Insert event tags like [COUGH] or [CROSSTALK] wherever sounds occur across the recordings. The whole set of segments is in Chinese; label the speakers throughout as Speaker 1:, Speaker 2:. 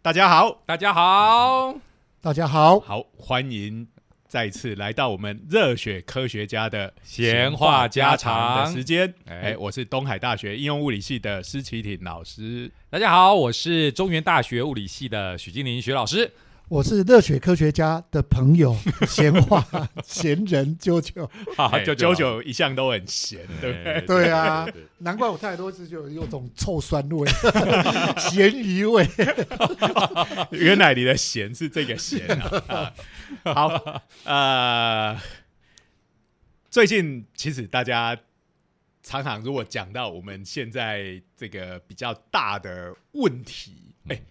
Speaker 1: 大家好，
Speaker 2: 大家好，
Speaker 3: 大家好，
Speaker 1: 好，欢迎再次来到我们热血科学家的
Speaker 2: 闲话家
Speaker 1: 的
Speaker 2: 常
Speaker 1: 时。间。
Speaker 2: 哎
Speaker 1: 哎，我是东海大学应用物理系的施启挺老师。
Speaker 2: 大家好，我是中原大学物理系的许金林许
Speaker 1: [LAUGHS]
Speaker 2: 老师。
Speaker 3: 我是热血科学家的朋友，闲话闲人啾啾。
Speaker 2: 哈
Speaker 1: 哎九，九一向都很闲，对不对？
Speaker 3: 对啊，难怪我太多次就有种臭酸味、 [LAUGHS] 咸鱼味。
Speaker 1: 原来你的闲是这个闲
Speaker 3: [LAUGHS]
Speaker 1: 啊。啊好，呃，最近其实大家常常如果讲到我们现在这个比较大的问题，哎、
Speaker 3: 嗯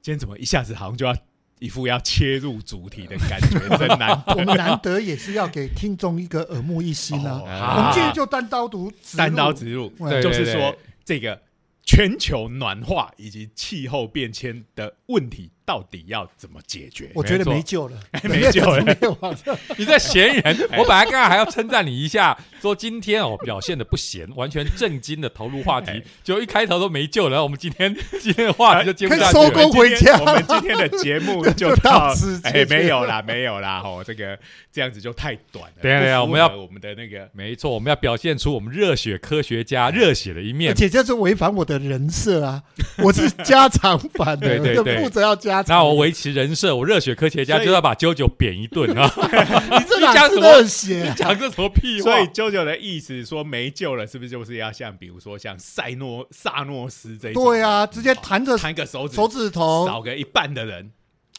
Speaker 1: 今天怎么一下子好像就要一副要切入主题的感觉，真
Speaker 3: [LAUGHS]
Speaker 1: 难
Speaker 3: 我们难得也是要给听众一个耳目一新啊！
Speaker 1: 哦
Speaker 3: 我们
Speaker 1: 好
Speaker 3: 今天就单刀独直入
Speaker 1: 单刀直入，
Speaker 3: 对
Speaker 1: 就是
Speaker 2: 对
Speaker 1: 说
Speaker 2: 对
Speaker 1: 这个全球暖化以及气候变迁的问题到底要怎么解决？
Speaker 3: 我觉得
Speaker 2: 没错
Speaker 3: 没救了，
Speaker 1: 没救了
Speaker 3: [LAUGHS] 没有啊
Speaker 2: 你在闲人，
Speaker 1: [LAUGHS] 哎
Speaker 2: 我本来刚刚还要称赞你一下，说今天哦表现的不闲，完全正经的投入话题
Speaker 1: [LAUGHS] 哎，
Speaker 2: 结果一开头都没救了。我们今天 [LAUGHS] 今天的话题就接不下
Speaker 3: 可以收
Speaker 2: 去
Speaker 3: 工
Speaker 2: 了。
Speaker 3: 都回家
Speaker 1: 我们今天我们今天的节目就
Speaker 3: [LAUGHS] 就
Speaker 1: 到
Speaker 3: 到此
Speaker 1: 哎、
Speaker 3: 结束
Speaker 1: 没有啦，没有啦，吼，这个这样子就太短了。
Speaker 2: 等一下
Speaker 1: 不
Speaker 2: 等一下
Speaker 1: 符合
Speaker 2: 我们要
Speaker 1: 我们的那个，
Speaker 2: 没错，我们要表现出我们热血科学
Speaker 1: 哎
Speaker 2: 家热血的一
Speaker 1: [LAUGHS]
Speaker 3: 而
Speaker 2: 面。
Speaker 3: 且这是违反我的人设啊！我是加长版的，
Speaker 2: 对对
Speaker 3: 我就
Speaker 2: 对
Speaker 3: 负责要加长。
Speaker 2: 那我维持人设，我热血科学家
Speaker 1: 所以
Speaker 2: 就要把啾啾扁一顿啊！ [LAUGHS]
Speaker 3: 你这
Speaker 2: 你讲
Speaker 3: 哪是
Speaker 2: 什么
Speaker 3: 热血啊？
Speaker 2: 讲这什么屁话
Speaker 1: 所？以啾啾的意思说没救了，是不是就是要像比如说像塞诺萨诺斯这一种
Speaker 3: 对啊，直接
Speaker 1: 好
Speaker 3: 弹着
Speaker 1: 弹个手指，
Speaker 3: 手指头，
Speaker 1: 少个一半的人，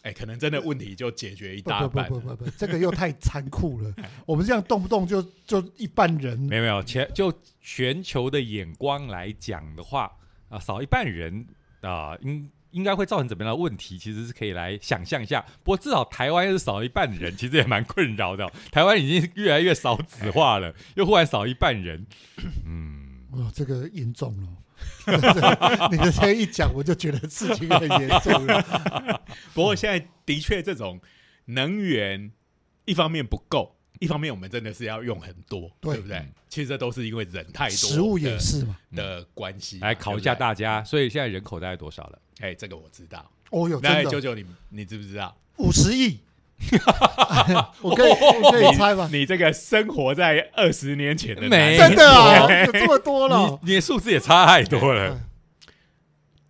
Speaker 1: 哎、可能真的问题就解决一大
Speaker 3: 不不
Speaker 1: 半。
Speaker 3: 不不不不，这个又太残酷
Speaker 1: [LAUGHS]
Speaker 3: 了。
Speaker 1: 哎
Speaker 3: 我们这样动不动就就一半人
Speaker 2: 没，有没有，全就全球的眼光来讲的话，啊、少一半人啊、应应该会造成怎么样的问题，其实是可以来想象一下。不过至少台湾要是少一半人，其实也蛮困扰的哦、 [LAUGHS] 台湾已经越来越少子化了，又忽然少一半人，嗯，
Speaker 3: 哇，哦这个严重了。 [LAUGHS] 你这样一讲，我就觉得事情很严重了。
Speaker 1: 不过现在的确这种能源一方面不够，一方面我们真的是要用很多，
Speaker 3: 对
Speaker 1: 不对？其实这都是因为人 [LAUGHS] 太多，
Speaker 3: 食物也是嘛，
Speaker 1: 的关系嘛。
Speaker 2: 嗯来考一下
Speaker 1: 对不
Speaker 2: 大家。所以现在人口大概多少了？
Speaker 1: 对，哎，这个我知道。
Speaker 3: 哦哟，
Speaker 1: 那
Speaker 3: 真
Speaker 1: 九
Speaker 3: 的
Speaker 1: 九，你你知不知道？
Speaker 3: 五十亿， [LAUGHS] 我可以我可以猜吗？
Speaker 1: 哦你这个生活在二十年前的男
Speaker 2: 没
Speaker 1: 人
Speaker 3: 真的啊，有这么多
Speaker 1: 哦
Speaker 3: 了。
Speaker 2: 你你的数字也差太多
Speaker 1: [LAUGHS]
Speaker 2: 了。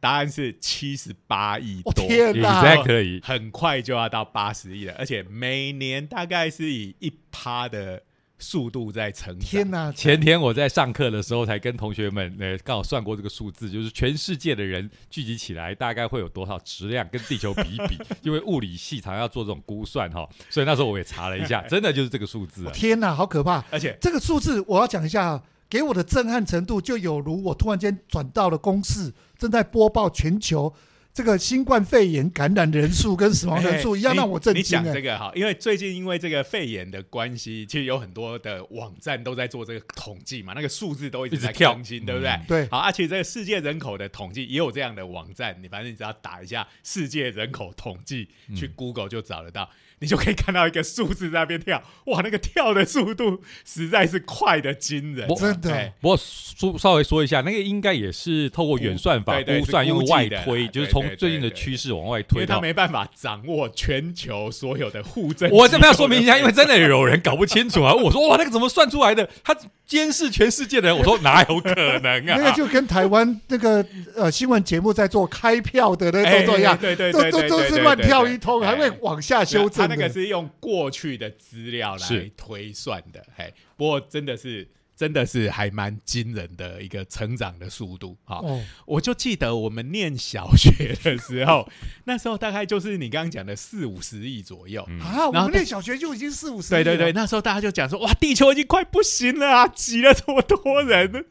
Speaker 1: 答案是七十八亿
Speaker 3: 我
Speaker 1: 多，
Speaker 3: 哦天
Speaker 1: 哦
Speaker 3: 哪！
Speaker 2: Exactly，
Speaker 1: 很快就要到八十亿了，而且每年大概是以一趴的速度在成长。
Speaker 3: 天哪！
Speaker 2: 前天我在上课的时候才跟同学们，呃，刚好算过这个数字，就是全世界的人聚集起来大概会有多少质量，跟地球比一比，因为物理系常要做这种估算哈，所以那时候我也查了一下，真的就是这个数字啊。
Speaker 3: 天哪，好可怕！
Speaker 1: 而且
Speaker 3: 这个数字我要讲一下，给我的震撼程度就有如我突然间转到了公视，正在播报全球这个新冠肺炎感染人数跟死亡人数一样，
Speaker 1: 哎
Speaker 3: 让我震
Speaker 1: 你讲
Speaker 3: 惊、
Speaker 1: 这
Speaker 3: 哎，
Speaker 1: 个哈，因为最近因为这个肺炎的关系，其实有很多的网站都在做这个统计嘛，那个数字都一直
Speaker 2: 一直
Speaker 1: 在
Speaker 2: 跳
Speaker 1: 更新，对不对？
Speaker 2: 嗯
Speaker 3: 对
Speaker 1: 好，而且这个世界人口的统计也有这样的网站，你反正你只要打一下“世界人口统计”，
Speaker 3: 嗯
Speaker 1: 去 Google 就找得到，你就可以看到一个数字在那边跳，哇，那个跳的速度实在是快的惊人啊，
Speaker 2: 我
Speaker 3: 真的
Speaker 1: 哎
Speaker 2: 不过说稍微说一下，那个应该也是透过远算法
Speaker 1: 对对
Speaker 2: 估算，
Speaker 1: 是估
Speaker 2: 用
Speaker 1: 计
Speaker 2: 外
Speaker 1: 的啦对
Speaker 2: 推，就是从
Speaker 1: 对
Speaker 2: 最近
Speaker 1: 对
Speaker 2: 的
Speaker 1: 对
Speaker 2: 趋势往外
Speaker 1: 因
Speaker 2: 推
Speaker 1: 为他
Speaker 2: 到。
Speaker 1: 没办法掌握全球所有的互证。
Speaker 2: 我这边要说明一下，因为真的有人搞不清楚啊！我说哇，那个怎么算出来的？他监视全世界的人，我说哪有可能啊？
Speaker 3: 那个就跟台湾那个呃新闻节目在做开票的那个动作一样，
Speaker 1: 哎对对
Speaker 3: 都
Speaker 1: 对
Speaker 3: 都
Speaker 1: 对
Speaker 3: 都
Speaker 1: 对
Speaker 3: 是
Speaker 1: 对
Speaker 3: 乱
Speaker 1: 对
Speaker 3: 跳
Speaker 1: 对
Speaker 3: 一通，
Speaker 1: 哎
Speaker 3: 还会往下修
Speaker 1: 他
Speaker 3: 正的。
Speaker 1: 那个是用过去的资料来
Speaker 2: 是
Speaker 1: 推算的，哎，不过真的是真的是还蛮惊人的一个成长的速度好，
Speaker 3: 哦，
Speaker 1: 我就记得我们念小学的时候， [LAUGHS] 那时候大概就是你刚刚讲的四五十亿左右。
Speaker 2: 嗯
Speaker 3: 啊，我
Speaker 1: 然后
Speaker 3: 们念小学就已经四五十，
Speaker 1: 对对对，，那时候大家就讲说，哇，地球已经快不行了啊，挤了这么多人。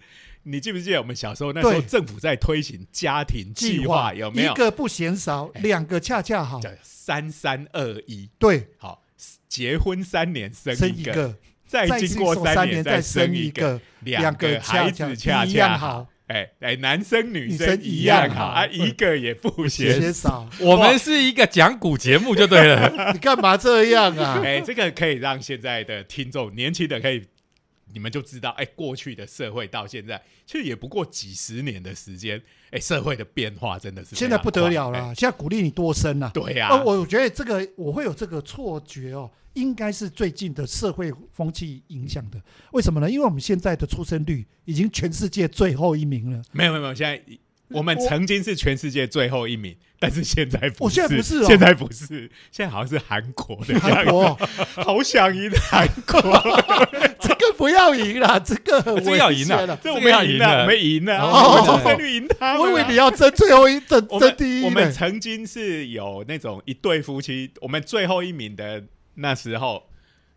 Speaker 1: 你记不记得我们小时候那时候
Speaker 3: 对
Speaker 1: 政府在推行家庭
Speaker 3: 计
Speaker 1: 计划，有没有
Speaker 3: 一？个不嫌少，
Speaker 1: 哎
Speaker 3: 两个恰恰好，
Speaker 1: 叫三三二一，
Speaker 3: 对，
Speaker 1: 好，结婚三年生
Speaker 3: 生
Speaker 1: 一
Speaker 3: 一
Speaker 1: 个，
Speaker 3: 个，
Speaker 1: 再经过
Speaker 3: 三
Speaker 1: 年
Speaker 3: 再
Speaker 1: 生
Speaker 3: 一
Speaker 1: 个，
Speaker 3: 个，
Speaker 1: 两
Speaker 3: 个
Speaker 1: 孩
Speaker 3: 恰
Speaker 1: 子
Speaker 3: 恰
Speaker 1: 恰
Speaker 3: 一
Speaker 1: 恰 [LAUGHS]
Speaker 3: 样。好。
Speaker 1: 哎哎，男生女
Speaker 3: 女
Speaker 1: 生
Speaker 3: 生
Speaker 1: 一
Speaker 3: 一
Speaker 1: 样
Speaker 3: 样
Speaker 1: 好
Speaker 3: 好
Speaker 1: 啊，一个也不嫌
Speaker 3: 写少，
Speaker 2: 我们是一个讲古节目就对了。
Speaker 3: 你干嘛这样啊？
Speaker 1: 哎，这个可以让现在的听众年轻的可以你们就知道，哎、过去的社会到现在，其实也不过几十年的时间，哎、社会的变化真的 [LAUGHS] 是
Speaker 3: 现在不得了
Speaker 1: 了。
Speaker 3: 了，现在鼓励你多生啊。
Speaker 1: 哎对呀、
Speaker 3: 哦，我觉得这个我会有这个错觉哦，应该是最近的社会风气影响的。为什么呢？因为我们现在的出生率已经全世界最后一名了。
Speaker 1: 没有没有没有，现在我们
Speaker 3: 我
Speaker 1: 曾经是全世界最后一名，但是现在不
Speaker 3: 我
Speaker 1: 是，
Speaker 3: 现在不是哦
Speaker 1: 现在不是，现在好像是韩国的
Speaker 3: 韩
Speaker 1: 样子，
Speaker 3: 国哦，
Speaker 1: 好想赢韩国，
Speaker 3: 这个不要赢啦，这个很
Speaker 2: 这个要
Speaker 3: 危
Speaker 2: 赢
Speaker 3: 险
Speaker 2: 啊
Speaker 3: 了。
Speaker 1: 这我
Speaker 2: 这个要
Speaker 1: 们
Speaker 2: 赢
Speaker 1: 赢
Speaker 2: 的
Speaker 1: 了，我们赢了，
Speaker 3: 哦
Speaker 1: 我们出生率赢他们啊。
Speaker 3: 我以为你要争最后一争
Speaker 1: 我
Speaker 3: 争
Speaker 1: 们
Speaker 3: 第一
Speaker 1: 我们
Speaker 3: 呢。
Speaker 1: 曾经是有那种一对夫妻，我们最后一名的那时候，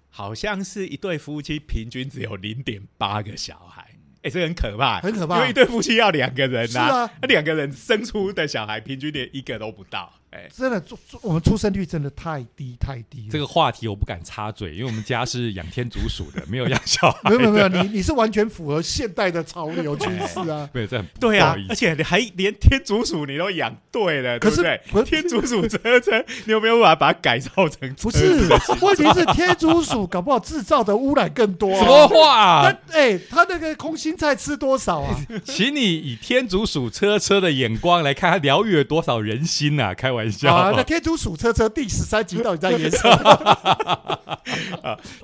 Speaker 1: 好像是一对夫妻平均只有零点八个小孩，哎、这很可怕，
Speaker 3: 很可怕
Speaker 1: 因为一对夫妻要两个人
Speaker 3: 是
Speaker 1: 呐、
Speaker 3: 啊
Speaker 1: 那两个人生出的小孩平均连一个都不到，哎、
Speaker 3: 真的，出出我们出生率真的太低太低了。
Speaker 2: 这个话题我不敢插嘴，因为我们家是养天竺鼠的，没有养小孩。。
Speaker 3: [LAUGHS] 没有没有没有，你你是完全符合现代的潮流趋势啊
Speaker 2: 没有，这很不
Speaker 1: 对
Speaker 2: 不
Speaker 1: 啊
Speaker 2: 好意，思
Speaker 1: 而且你还连天竺鼠你都养对了，
Speaker 3: 可是
Speaker 1: 对不
Speaker 3: 不
Speaker 1: 对？
Speaker 3: 是
Speaker 1: 天竺鼠车车，你有没有办法把它改造成车
Speaker 3: 不
Speaker 1: 子
Speaker 3: 是
Speaker 1: 的？，
Speaker 3: [LAUGHS] 问题是天竺鼠搞不好制造的污染
Speaker 2: [LAUGHS]
Speaker 3: 更多、啊。
Speaker 2: 什么话、
Speaker 3: 那哎、他那个空心菜吃多少啊？
Speaker 2: 请你以天竺鼠车车的眼光来看，它疗愈了多少人心呐、啊？开玩 [LAUGHS] 笑，
Speaker 3: 啊，那天竺鼠车车第十三集到底在
Speaker 2: [LAUGHS]
Speaker 3: 演什么？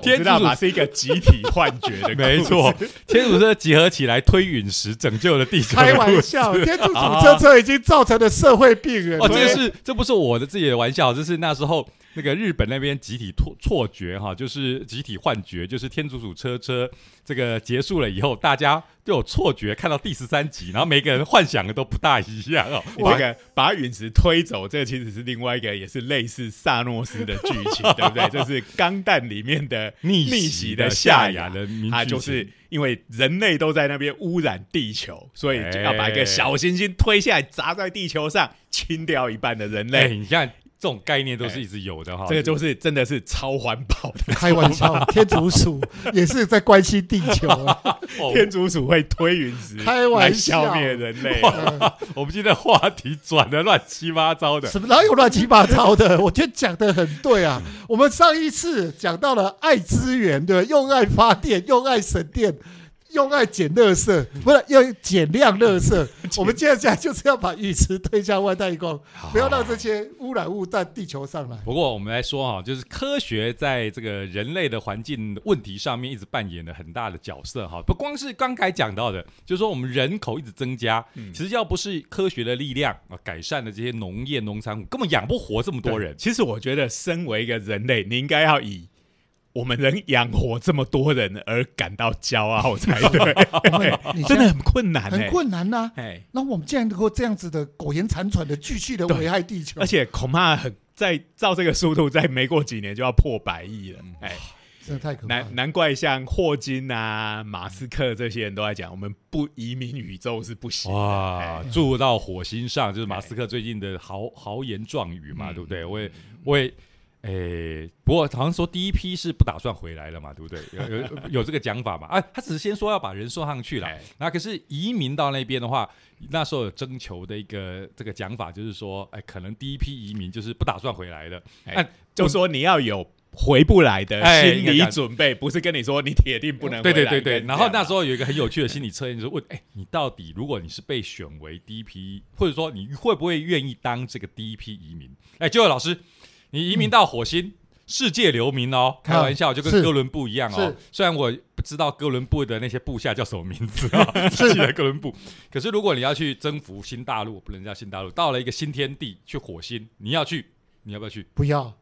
Speaker 1: 天
Speaker 2: 天
Speaker 1: 知
Speaker 2: 竺
Speaker 1: [LAUGHS] 道吧？
Speaker 2: 鼠
Speaker 1: 是一个集体幻觉的，
Speaker 2: 没错。，天竺车集合起来推陨石，拯救了地球。[LAUGHS]
Speaker 3: 开玩笑，天竺鼠车车已经造成了社会病人。
Speaker 2: 哦，这
Speaker 3: 所以
Speaker 2: 个是这不是我的自己的玩笑，这是那时候那个日本那边集体错错觉哈，就是集体幻觉，就是天竺鼠车车这个结束了以后，大家都有错觉，看到第十三集，然后每个人幻想的都不大一样哦。
Speaker 1: 你这个把陨石推走，这其实是另外一个也是类似萨诺斯的剧 [LAUGHS] 情，对不对？就是《钢弹》里面的
Speaker 2: 逆
Speaker 1: 袭
Speaker 2: 袭
Speaker 1: 的
Speaker 2: 的
Speaker 1: 夏
Speaker 2: 夏
Speaker 1: 亚
Speaker 2: 亚的名
Speaker 1: 它
Speaker 2: 剧
Speaker 1: 就是
Speaker 2: 情
Speaker 1: 因为人类都在那边污染地球，所以就要把一个
Speaker 2: 哎
Speaker 1: 小行星推下来砸在地球上，清掉一半的人
Speaker 2: 哎，
Speaker 1: 类。
Speaker 2: 你看这种概念都是一直有的哈，
Speaker 1: 哎这个就是真的是超环保的，
Speaker 3: 开玩
Speaker 2: [LAUGHS]
Speaker 3: 笑，天竺鼠也是在关心地球、啊。
Speaker 2: 哦
Speaker 1: 天竺鼠会推陨石，
Speaker 3: 开玩笑
Speaker 1: 消灭人类。
Speaker 3: 呃
Speaker 2: 我们今天的话题转的乱七八糟的。
Speaker 3: 什么哪有乱七八糟的？我觉得讲的很对啊。
Speaker 1: 嗯
Speaker 3: 我们上一次讲到了爱资源，对吧，用爱发电，用爱省电，用爱减垃圾，不是要减量
Speaker 1: [LAUGHS]
Speaker 3: 垃圾。我们接下来就是要把浴池推向外太空，不要让这些污染物在地球上
Speaker 1: [LAUGHS]
Speaker 3: 来。
Speaker 2: 不过我们来说哈，就是科学在这个人类的环境问题上面一直扮演了很大的角色哈。不光是刚才讲到的，就是说我们人口一直增加，其实要不是科学的力量啊，改善了这些农业农产物，根本养不活这么多人
Speaker 1: 对。其实我觉得，身为一个人类，你应该要以我们能养活这么多人而感到骄傲才对。[LAUGHS] 哎
Speaker 3: 你
Speaker 1: 真的很困难、欸，
Speaker 3: 很。困难呐、
Speaker 1: 哎，
Speaker 3: 那我们竟然能够这样子的苟延残喘的继续的危害地球
Speaker 1: 而，且恐怕很在照这个速度，在没过几年就要破百亿了。哎、
Speaker 3: 真的太可怕了
Speaker 1: 难。难怪像霍金啊、马斯克这些人都在讲，我们不移民宇宙是不行的。
Speaker 2: 哇
Speaker 1: 哎，
Speaker 2: 住到火星上，就是马斯克最近的豪豪言壮语嘛，
Speaker 1: 嗯
Speaker 2: 对不对？我也，我也，诶、不过好像说第一批是不打算回来了嘛，对不对？有有有这个讲法嘛？啊，他只是先说要把人送上去了
Speaker 1: 哎，
Speaker 2: 那可是移民到那边的话，那时候有征求的一个这个讲法，就是说，哎，可能第一批移民就是不打算回来的，
Speaker 1: 哎
Speaker 2: 哎，
Speaker 1: 就说你要有回不来的
Speaker 2: 哎
Speaker 1: 心
Speaker 2: 应
Speaker 1: 理
Speaker 2: 该这样
Speaker 1: 准备，不是跟你说你铁定不能回
Speaker 2: 对
Speaker 1: 来。
Speaker 2: 对对对，然后那
Speaker 1: 候。
Speaker 2: 时候有一个很有趣的心理测验，就是问：哎，你到底如果你是被选为第一批，或者说你会不会愿意当这个第一批移民？哎，就有老师，你移民到火星。世界留名
Speaker 1: 嗯
Speaker 2: 哦，开玩笑，就跟
Speaker 3: 是
Speaker 2: 哥伦布一样哦
Speaker 3: 是。
Speaker 2: 虽然我不知道哥伦布的那些部下叫什么名字
Speaker 1: [LAUGHS]
Speaker 2: 啊，只记得哥伦布。可是如果你要去征服新大陆，不能叫新大陆，到了一个新天地，去火星，你要去，你要不要去？
Speaker 3: 不要，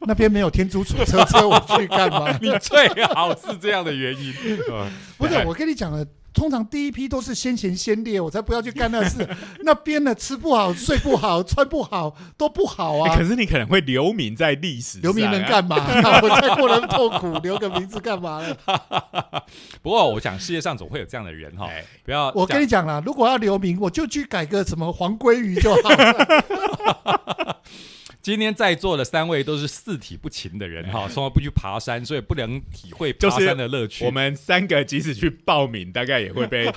Speaker 3: 那边没有天竺鼠车车，我去干嘛？
Speaker 2: 你最好是这样的原因。呃
Speaker 3: 不是，我跟你讲了。通常第一批都是先贤先烈，我才不要去干那事。那边呢，吃不好，睡不好，穿不好，都不好
Speaker 1: 欸 [LAUGHS]
Speaker 3: 啊
Speaker 1: 可。是你可能会留名在历史上啊，
Speaker 3: 留名能干嘛？ [LAUGHS] 我再过得痛苦，留个名字干嘛呢？
Speaker 2: 不过我想世界上总会有这样的人哈，
Speaker 1: 哎
Speaker 2: 不要
Speaker 3: 我跟你
Speaker 2: 讲
Speaker 3: 讲啦，如果要留名，我就去改个什么黄鲑鱼就好了。
Speaker 2: 今天在座的三位都是四体不勤的
Speaker 3: 哎
Speaker 2: 人哈，从来不去爬山，所以不能体会爬山的乐趣。
Speaker 1: 我们三个即使去报名，大概也会被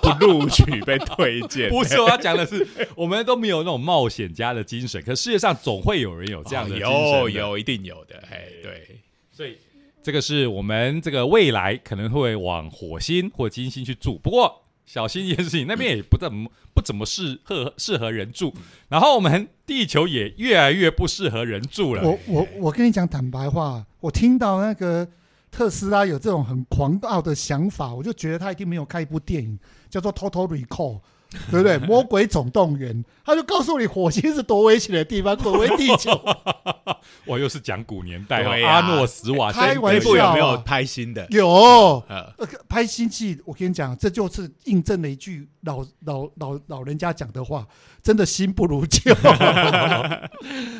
Speaker 1: 不录取、被推荐。
Speaker 2: [LAUGHS]
Speaker 1: [LAUGHS]
Speaker 2: 不是我要讲的是，我们都没有那种冒险家的精神，可世界上总会有人有这样的精神的
Speaker 1: 哦有有一定有的，哎，对，
Speaker 2: 所以这个是我们这个未来可能会往火星或金星去住，不过小心一件事情，那边也不怎么不怎么适合适合人住。然后我们地球也越来越不适合人住了。
Speaker 3: 我我我跟你讲坦白话，我听到那个特斯拉有这种很狂傲的想法，我就觉得他一定没有看一部电影叫做《Total Recall》。对不
Speaker 2: [LAUGHS]
Speaker 3: 对？魔鬼总动员，他就告诉你火星是多危险的
Speaker 2: [LAUGHS]
Speaker 3: 地方，滚回地球。
Speaker 2: 嗯哇，又是讲古年代哦，
Speaker 1: 对啊
Speaker 2: 阿诺斯瓦辛格
Speaker 3: 开玩
Speaker 1: 这
Speaker 3: 笑
Speaker 1: 部有没有
Speaker 3: 啊
Speaker 1: 拍新的？
Speaker 3: 有
Speaker 1: 呃，
Speaker 3: 呃拍星际，我跟你讲，这就是印证了一句老老老老人家讲的话，真的新不
Speaker 2: [LAUGHS]
Speaker 3: 如旧。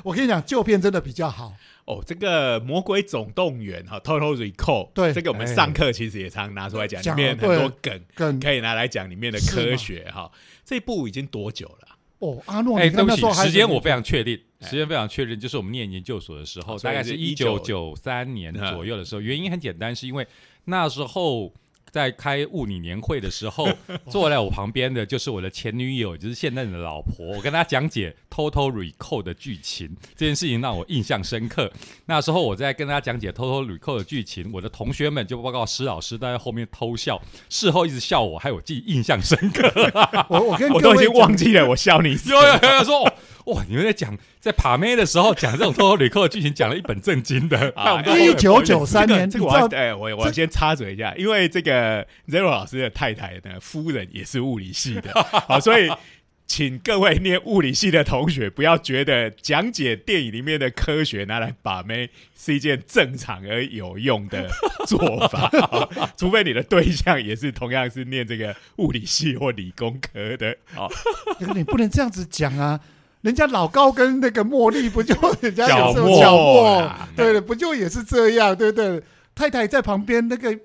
Speaker 3: 我跟你讲，旧片真的比较好。
Speaker 1: 哦，这个《魔鬼总动员》哈，《Total Recall》
Speaker 3: 对
Speaker 1: 这个我们
Speaker 2: 哎
Speaker 1: 上课其实也常拿出来讲，
Speaker 3: 讲
Speaker 1: 里面
Speaker 3: 啊
Speaker 1: 很
Speaker 3: 对
Speaker 1: 多梗
Speaker 3: 跟
Speaker 1: 可以拿来讲里面的
Speaker 3: 是
Speaker 1: 科
Speaker 3: 吗
Speaker 1: 学哈。这部已经多久了啊？
Speaker 3: 哦，阿诺，
Speaker 2: 哎，
Speaker 3: 你啊
Speaker 2: 对
Speaker 3: 看
Speaker 2: 不
Speaker 3: 那时候
Speaker 2: 起，
Speaker 3: 还
Speaker 2: 时间我
Speaker 3: 非
Speaker 2: 非常确定，
Speaker 1: 哎
Speaker 2: 时间非常确定，就是我们念研究所的时候，
Speaker 1: 所
Speaker 2: 大
Speaker 1: 以
Speaker 2: 概
Speaker 1: 是
Speaker 2: 是一九九三年
Speaker 3: 啊
Speaker 2: 左右的时候。原因很简单，是因为那时候在开物理年会的时
Speaker 3: [LAUGHS]
Speaker 2: 候，坐在我旁边的就是我的前女友，就是现任的老婆。我跟她讲解《Total Recall》的剧情，这件事情让我印象深刻。那时候我在跟大家讲解《Total Recall》的剧情，我的同学们就报告施老师，都在后面偷笑，事后一直笑我，害我记忆印象深刻。
Speaker 3: 我我跟
Speaker 1: 我
Speaker 3: 哎
Speaker 1: 都
Speaker 3: 各
Speaker 1: 已
Speaker 3: 位
Speaker 1: 经
Speaker 3: 讲
Speaker 1: 忘记了，我笑你死
Speaker 2: [LAUGHS] 有有有有说哦哇，你们在讲在爬妹的时候讲这种偷偷旅客的剧情，讲了一本正经的，
Speaker 1: 啊
Speaker 2: 害我们
Speaker 3: 一九九三
Speaker 1: 这个
Speaker 3: 年，
Speaker 1: 这
Speaker 3: 你
Speaker 1: 个
Speaker 3: 知
Speaker 1: 我要
Speaker 3: 道
Speaker 1: 哎，我我先插嘴一下，因为这个 Zero 老师的太太呢，夫人也是物理系的，好，所
Speaker 3: [LAUGHS]
Speaker 1: 以请各位念物理系的同学不要觉得讲解电影里面的科学拿来把妹是一件正常而有用的做法，好除非你的对象也是同样是念这个物理系或理工科的，好，
Speaker 3: 你不能这样子讲啊！人家老高跟那个茉莉不就 [LAUGHS] 人家有
Speaker 1: 角
Speaker 3: 时候
Speaker 1: 末
Speaker 3: 角末
Speaker 1: 啦，
Speaker 3: 对不对，不就也是这样，对不对？太太在旁边那个